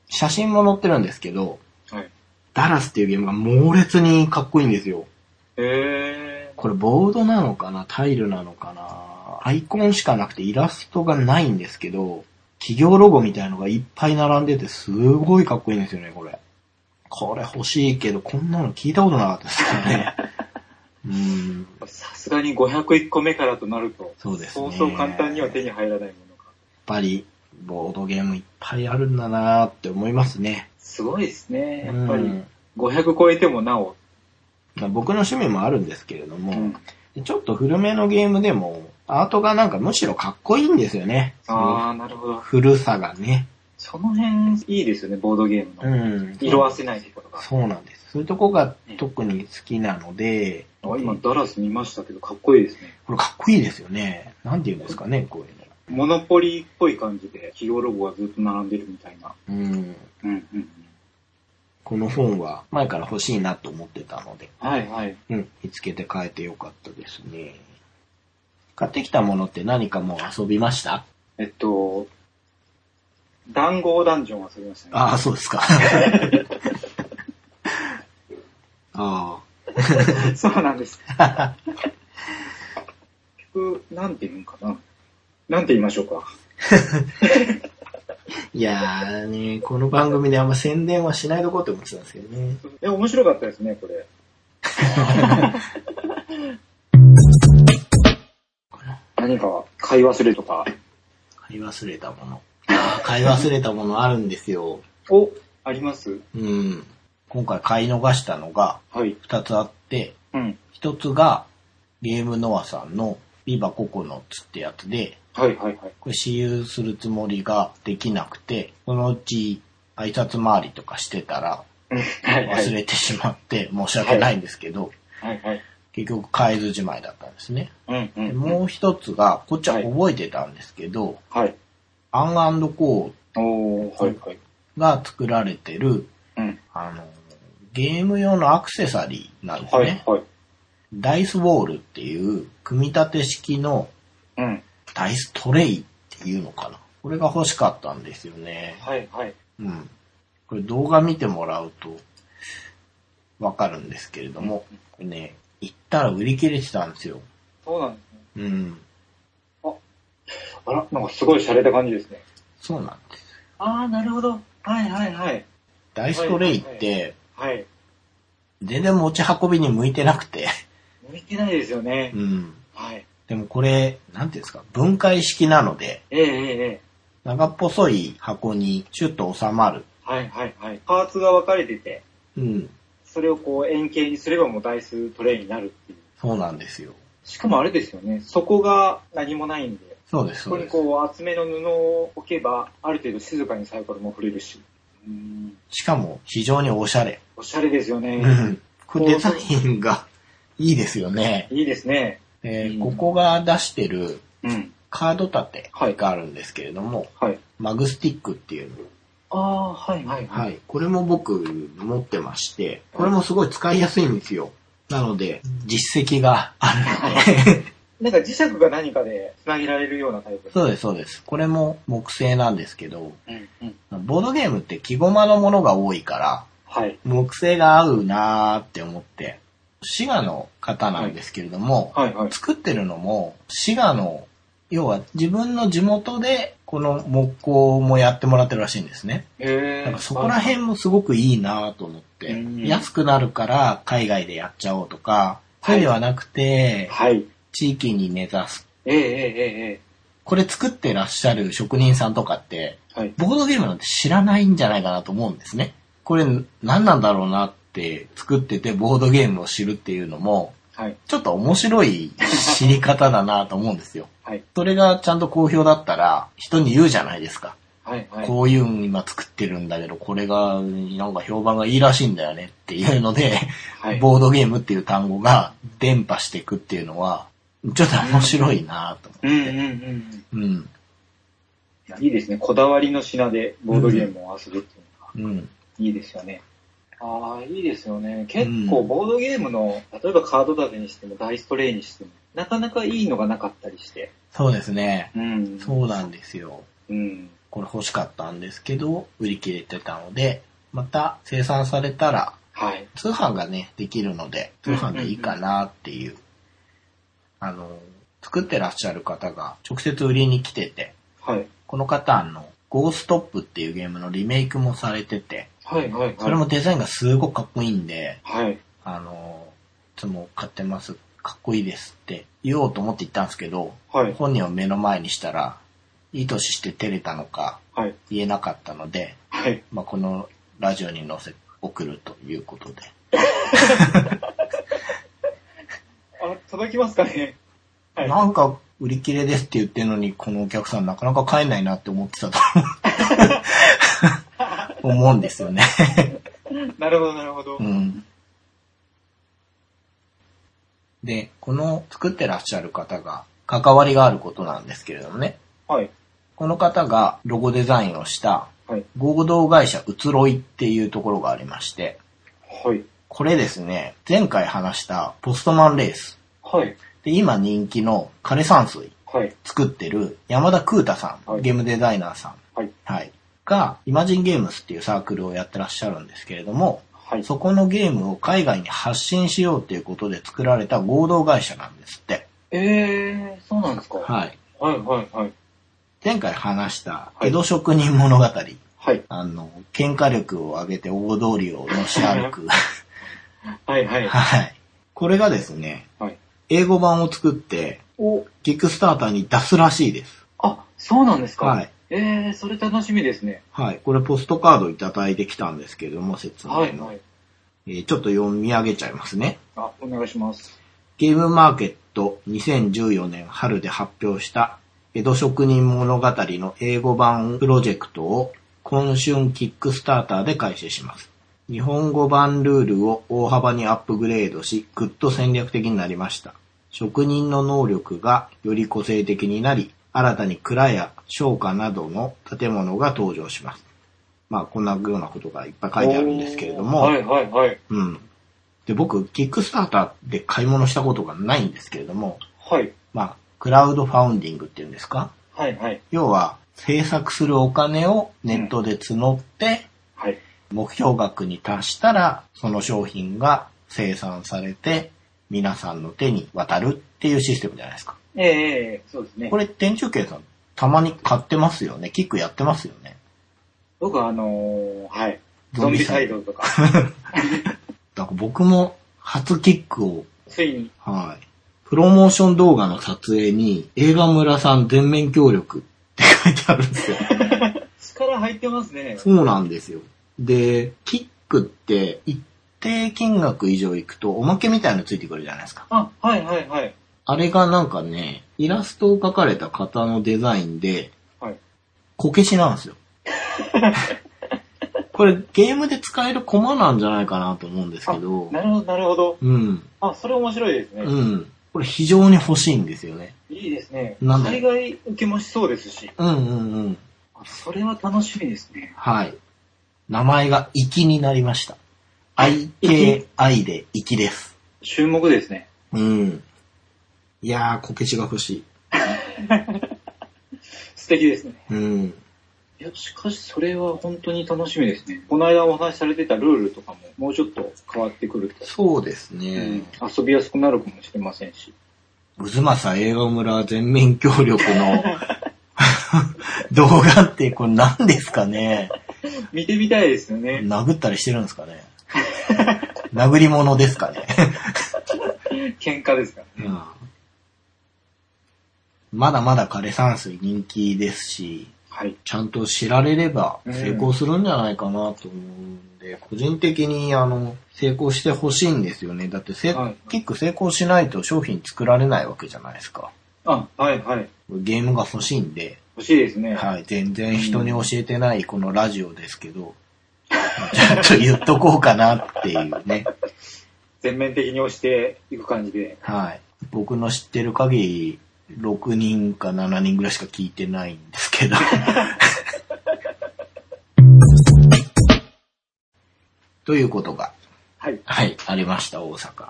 Speaker 1: 写真も載ってるんですけど、
Speaker 2: はい。
Speaker 1: ダラスっていうゲームが猛烈にかっこいいんですよ。
Speaker 2: え
Speaker 1: これボードなのかなタイルなのかなアイコンしかなくてイラストがないんですけど、企業ロゴみたいのがいっぱい並んでてすごいかっこいいんですよね、これ。これ欲しいけど、こんなの聞いたことなかったですから ね。うん。
Speaker 2: ー。さすがに501個目からとなると、
Speaker 1: そうですね。
Speaker 2: そう簡単には手
Speaker 1: やっ
Speaker 2: に入らないものが。
Speaker 1: ぱり、ボードゲームいっぱいあるんだなーって思いますね。
Speaker 2: すごいですね。や
Speaker 1: う
Speaker 2: っぱり
Speaker 1: ん、
Speaker 2: 500超えてもなお。
Speaker 1: まあ僕の趣味もあるんですけれど
Speaker 2: う
Speaker 1: も、
Speaker 2: ん。
Speaker 1: ちょっと古めのゲームでも、アートがなんかむしろかっこいいんですよね。
Speaker 2: ああ、なるほど。
Speaker 1: 古さがね。
Speaker 2: その辺、いいですよね、ボードゲーム
Speaker 1: う
Speaker 2: の。
Speaker 1: ん。
Speaker 2: 色あせないところが。
Speaker 1: そうなんです。そういうとこが特に好きなので、
Speaker 2: あ今、ダラス見ましたけど、かっこいいですね。
Speaker 1: これかっこいいですよね。なんて言うんですかね、こういうの。
Speaker 2: モノポリーっぽい感じで、企業ロゴがずっと並んでるみたいな。
Speaker 1: うん。
Speaker 2: うんうんうん。
Speaker 1: この本は前から欲しいなと思ってたので、
Speaker 2: はいはい。
Speaker 1: うん。見つけて変えてよかったですね。買ってきたものって何かもう遊びました
Speaker 2: えっと、談合ダンジョンは遊びましたね。
Speaker 1: ああ、そうですか。 あ
Speaker 2: そうなんです。結局、なんて言うんかな。なんて言いましょう
Speaker 1: あ。
Speaker 2: か。
Speaker 1: いやーね、この番組であんま宣伝はしないとこって思ってたんですけどね。
Speaker 2: え、面白かったですね、こ れ。何か買い忘れとか。
Speaker 1: 買い忘れたもの。あー買い忘れたものあるんですよ。
Speaker 2: お、あります
Speaker 1: うん。今回買い逃したのが
Speaker 2: はい。
Speaker 1: 2つあって、
Speaker 2: うん。
Speaker 1: 1つがゲームノアさんのビバココノッツってやつで、
Speaker 2: はいはいはい。
Speaker 1: これ私有するつもりができなくて、そのうち挨拶回りとかしてたら
Speaker 2: はいはい。
Speaker 1: 忘れてしまって申し訳ないんですけど、
Speaker 2: はいはい。
Speaker 1: 結局変えずじまいだったんですね。
Speaker 2: うんう
Speaker 1: で
Speaker 2: ん。
Speaker 1: もう一つが、こっちは覚えてたんですけど、
Speaker 2: はい。
Speaker 1: アンコ
Speaker 2: おー、はいはい。
Speaker 1: ーが作られてる、
Speaker 2: うん。
Speaker 1: あの、ゲーム用のアクセサリーなんですね。
Speaker 2: はいはい。
Speaker 1: ダイスウォールっていう、組み立て式の
Speaker 2: うん。
Speaker 1: ダイストレイっていうのかな。これが欲しかったんですよね。
Speaker 2: はいはい。
Speaker 1: うん。これ動画見てもらうとわかるんですけれども、これね、行ったら売り切れてたんですよ。
Speaker 2: そうなんですね。
Speaker 1: うん。
Speaker 2: あら、なんかすごい洒落た感じですね。
Speaker 1: そうなんです。
Speaker 2: あー、なるほど。はいはいはい。
Speaker 1: ダイストレイって、
Speaker 2: はい。
Speaker 1: 全然持ち運びに向いてなくて。
Speaker 2: 向いてないですよね
Speaker 1: う。ん。
Speaker 2: はい。
Speaker 1: でもこれ、なんていうんですか、分解式なので、
Speaker 2: ええええええ。
Speaker 1: 長っぽそい箱にシュッと収まる。
Speaker 2: はいはいはい。パーツが分かれてて、
Speaker 1: うん。
Speaker 2: それをこう円形にすればもうダイストレイになるっていう。
Speaker 1: そうなんですよ。
Speaker 2: しかもあれですよね。そこが何もないんで、
Speaker 1: そうです、
Speaker 2: そ
Speaker 1: そ
Speaker 2: こ
Speaker 1: う
Speaker 2: に
Speaker 1: です。
Speaker 2: こう厚めの布を置けば、ある程度静かにサイコロも触れるし。うーん。
Speaker 1: しかも、非常におしゃれ。
Speaker 2: おしゃれですよね。
Speaker 1: うん。これデザインがいいですよね。
Speaker 2: いいですね。
Speaker 1: えー
Speaker 2: うん
Speaker 1: ここが出してる
Speaker 2: うん。
Speaker 1: カード立てがあるんですけれども、
Speaker 2: はい。
Speaker 1: マグスティックっていうの。
Speaker 2: ああ、はいはいは。
Speaker 1: はいい。これも僕持ってまして、これもすごい使いやすいんですよ。なので、実績があるので。
Speaker 2: なんか磁石が何かで繋げられるようなタイプ。
Speaker 1: そうです、そうです。これも木製なんですけど、
Speaker 2: うんうん。
Speaker 1: ボードゲームって木駒のものが多いから、
Speaker 2: はい。
Speaker 1: 木製が合うなーって思って、滋賀の方なんですけれども、
Speaker 2: はいはい。
Speaker 1: 作ってるのも、滋賀の、要は自分の地元で、この木工もやってもらってるらしいんですね。
Speaker 2: へ
Speaker 1: なんかそこら辺もすごくいいなと思って、
Speaker 2: うん
Speaker 1: 安くなるから海外でやっちゃおうとか、
Speaker 2: は
Speaker 1: そ
Speaker 2: い
Speaker 1: うではなくて、
Speaker 2: はい。
Speaker 1: 地域に根ざす。
Speaker 2: えええええ
Speaker 1: これ作ってらっしゃる職人さんとかって、
Speaker 2: えはい。
Speaker 1: ボードゲームなんて知らないんじゃないかなと思うんですね。これ何なんだろうなって作っててボードゲームを知るっていうのも、
Speaker 2: はい。
Speaker 1: ちょっと面白い知り方だなと思うんですよ。
Speaker 2: はい。
Speaker 1: それがちゃんと好評だったら人に言うじゃないですか。
Speaker 2: はい。はい。
Speaker 1: こういうの今作ってるんだけど、これがなんか評判がいいらしいんだよねっていうので、
Speaker 2: はい。
Speaker 1: ボードゲームっていう単語が伝播していくっていうのは、ちょっと面白いなと思
Speaker 2: う
Speaker 1: っ
Speaker 2: んうんう
Speaker 1: て。
Speaker 2: ん
Speaker 1: うん。
Speaker 2: うん。いいですね。こだわりの品でボードゲームを遊ぶっていうの
Speaker 1: う
Speaker 2: が、
Speaker 1: ん。
Speaker 2: いいですよね。ああ、いいですよね。結構ボードゲームの、例えばカード立てにしても、ダイストレイにしても、なかなかいいのがなかったりして。
Speaker 1: そうですね。
Speaker 2: うん。
Speaker 1: そうなんですよ。
Speaker 2: うん。
Speaker 1: これ欲しかったんですけど、売り切れてたので、また生産されたら
Speaker 2: はい。
Speaker 1: 通販がね、できるので、通販でいいかなっていう。あの、作ってらっしゃる方が直接売りに来てて、
Speaker 2: はい。
Speaker 1: この方あの、ゴーストップっていうゲームのリメイクもされてて、
Speaker 2: はい、はい、はい。
Speaker 1: それもデザインがすごくかっこいいんで、
Speaker 2: はい。
Speaker 1: あの、いつも買ってます、かっこいいですって言おうと思って行ったんですけど、
Speaker 2: はい。
Speaker 1: 本人を目の前にしたら、いい年して照れたのか
Speaker 2: はい。
Speaker 1: 言えなかったので、
Speaker 2: はい。
Speaker 1: まあ、このラジオに載せ、送るということで。
Speaker 2: あ、届きますかね はい。
Speaker 1: なんか売り切れですって言ってるのに、このお客さんなかなか買えないなって思ってたと思う 思うんですよね。
Speaker 2: なるほど、なるほど
Speaker 1: う。ん。で、この作ってらっしゃる方が関わりがあることなんですけれどもね。
Speaker 2: はい。
Speaker 1: この方がロゴデザインをした
Speaker 2: はい。
Speaker 1: 合同会社うつろいっていうところがありまして、
Speaker 2: はい。
Speaker 1: これですね、前回話したポストマンレース。
Speaker 2: はい。
Speaker 1: で、今人気の枯山水
Speaker 2: はい。
Speaker 1: 作ってる山田空太さん、
Speaker 2: はい
Speaker 1: ゲームデザイナーさん、
Speaker 2: はい。
Speaker 1: はい、が、イマジンゲームスっていうサークルをやってらっしゃるんですけれども、
Speaker 2: はい。
Speaker 1: そこのゲームを海外に発信しようということで作られた合同会社なんですって。
Speaker 2: えー、そうなんですか。
Speaker 1: はい。
Speaker 2: はい、はい、はい。
Speaker 1: 前回話した、江戸職人物語、
Speaker 2: はい。
Speaker 1: あの、喧嘩力を上げて大通りをのし歩く。
Speaker 2: はい、は い。
Speaker 1: はい。これがですね、
Speaker 2: はい。
Speaker 1: 英語版を作って、
Speaker 2: お、
Speaker 1: キックスターターに出すらしいです。
Speaker 2: あ、そうなんですか。
Speaker 1: はい。
Speaker 2: えー、それ楽しみですね。
Speaker 1: はい。これポストカードいただいてきたんですけれども、説明の。
Speaker 2: はい、はい。
Speaker 1: えーちょっと読み上げちゃいますね。
Speaker 2: あ、お願いします。
Speaker 1: ゲームマーケット2014年春で発表した江戸職人物語の英語版プロジェクトを今春キックスターターで開始します。日本語版ルールを大幅にアップグレードし、ぐっと戦略的になりました。職人の能力がより個性的になり、新たに蔵や商家などの建物が登場します。まあ、こんなようなことがいっぱい書いてあるんですけれども、
Speaker 2: はいはいはい。
Speaker 1: うん。で、僕、キックスターターで買い物したことがないんですけれども、
Speaker 2: はい。
Speaker 1: まあ、クラウドファウンディングっていうんですか
Speaker 2: はいはい。
Speaker 1: 要は、制作するお金をネットで募って、
Speaker 2: はい。
Speaker 1: 目標額に達したら、その商品が生産されて、皆さんの手に渡るっていうシステムじゃないですか。
Speaker 2: ええええそうですね
Speaker 1: こ。れ、店中継さん、たまに買ってますよね。キックやってますよね。
Speaker 2: 僕はあのーはい。
Speaker 1: ゾ
Speaker 2: ゾ
Speaker 1: ン
Speaker 2: ン
Speaker 1: ビ
Speaker 2: ビ
Speaker 1: サ
Speaker 2: サ
Speaker 1: イ
Speaker 2: イ
Speaker 1: ド
Speaker 2: ドとか、
Speaker 1: だから僕も、初キックを
Speaker 2: ついに、
Speaker 1: はい。プロモーション動画の撮影に、映画村さん全面協力って書いてあるんです よ。
Speaker 2: 力入ってますね。
Speaker 1: そうなんですよ。で、キックって一定金額以上いくとおまけみたいなのついてくるじゃないですか。
Speaker 2: あ、はいはいはい。
Speaker 1: あれがなんかね、イラストを描かれた方のデザインで、
Speaker 2: はい。
Speaker 1: こけしなんですよ。 これゲームで使えるコマなんじゃないかなと思うんですけど、
Speaker 2: なるほど、なるほど。
Speaker 1: うん。
Speaker 2: あ、それ面白いですね。
Speaker 1: うん。これ非常に欲しいんですよね。
Speaker 2: いいですね。
Speaker 1: なんだろう
Speaker 2: 災害受けもしそうですし、
Speaker 1: うんうんうん。
Speaker 2: あそれは楽しみですね。
Speaker 1: はい。名前が粋になりました。IKI で粋です。
Speaker 2: 注目ですね。
Speaker 1: うん。いやー、こけしが欲し
Speaker 2: 素敵ですね。
Speaker 1: い。うん。
Speaker 2: いや、しかしそれは本当に楽しみですね。この間お話しされてたルールとかももうちょっと変わってくると、
Speaker 1: そうです
Speaker 2: う
Speaker 1: ね
Speaker 2: ん。、遊びやすくなるかもしれませんし。
Speaker 1: うずまさ映画村全面協力 の動画ってこれ何ですかね
Speaker 2: 見てみたいですよね。
Speaker 1: 殴ったりしてるんですかね殴り物ですかね、
Speaker 2: 喧嘩ですから。
Speaker 1: うん、まだまだ枯山水人気ですし、
Speaker 2: はい。
Speaker 1: ちゃんと知られれば成功するんじゃないかなと思うんで、個人的にあの、成功してほしいんですよね。だってせ、
Speaker 2: はい
Speaker 1: キック成功しないと商品作られないわけじゃないですか。
Speaker 2: あ、はいはい。
Speaker 1: ゲームが欲しいんで、
Speaker 2: 欲しいですね。
Speaker 1: はい、全然人に教えてないこのラジオですけど、 ちゃんと言っとこうかなっていうね。
Speaker 2: 全面的に押していく感じで。
Speaker 1: はい。僕の知ってる限り、6人か7人ぐらいしか聞いてないんですけど。ということが、
Speaker 2: はい。
Speaker 1: はい、ありました、大阪。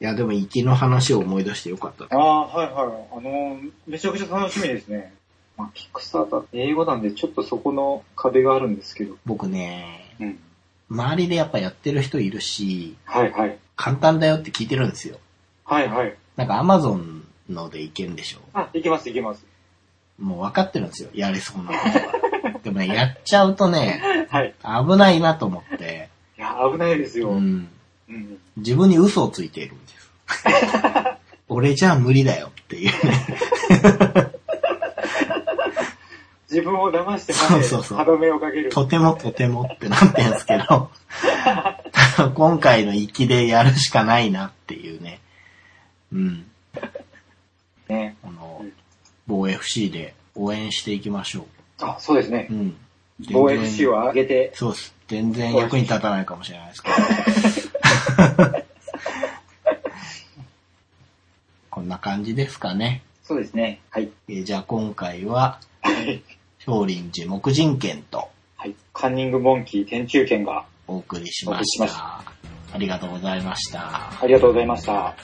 Speaker 1: いや、でも、行きの話を思い出してよかった。
Speaker 2: ああ、はいはい。あのーめちゃくちゃ楽しみですね。まあ、キックスターターって英語なんでちょっとそこの壁があるんですけど。
Speaker 1: 僕ね、
Speaker 2: うん。
Speaker 1: 周りでやっぱやってる人いるし、
Speaker 2: はいはい。
Speaker 1: 簡単だよって聞いてるんですよ。
Speaker 2: はいはい。
Speaker 1: なんか、アマゾンので行けんでしょ。
Speaker 2: あ、いけますいけます。
Speaker 1: もう分かってるんですよ、やれそうなことは。でもね、やっちゃうとね、
Speaker 2: はい。
Speaker 1: 危ないなと思って、
Speaker 2: いや、危ないですよ。
Speaker 1: う
Speaker 2: うん。
Speaker 1: ん、自分に嘘をついているんです。俺じゃ無理だよっていうね。
Speaker 2: 自分を騙して
Speaker 1: そう
Speaker 2: まで
Speaker 1: そうそう
Speaker 2: 歯止めをかける。
Speaker 1: とてもとてもってなってるんですけど、 今回の粋でやるしかないなっていうね。うん。
Speaker 2: ね。
Speaker 1: この
Speaker 2: うん、
Speaker 1: 防 FC で応援していきましょ
Speaker 2: あ、そうですね
Speaker 1: う。う。ん。
Speaker 2: 防衛 FC を
Speaker 1: は
Speaker 2: 上げて、
Speaker 1: そうです。全然役に立たないかもしれないですけど。 こんな感じですかね。
Speaker 2: そうですね。はい。
Speaker 1: えーじゃあ今回は、
Speaker 2: はい。
Speaker 1: 少林寺木人剣と
Speaker 2: はい。カンニングモンキー天中剣が
Speaker 1: お送りしま
Speaker 2: お送り
Speaker 1: した。ありがとうございました。
Speaker 2: ありがとうございました。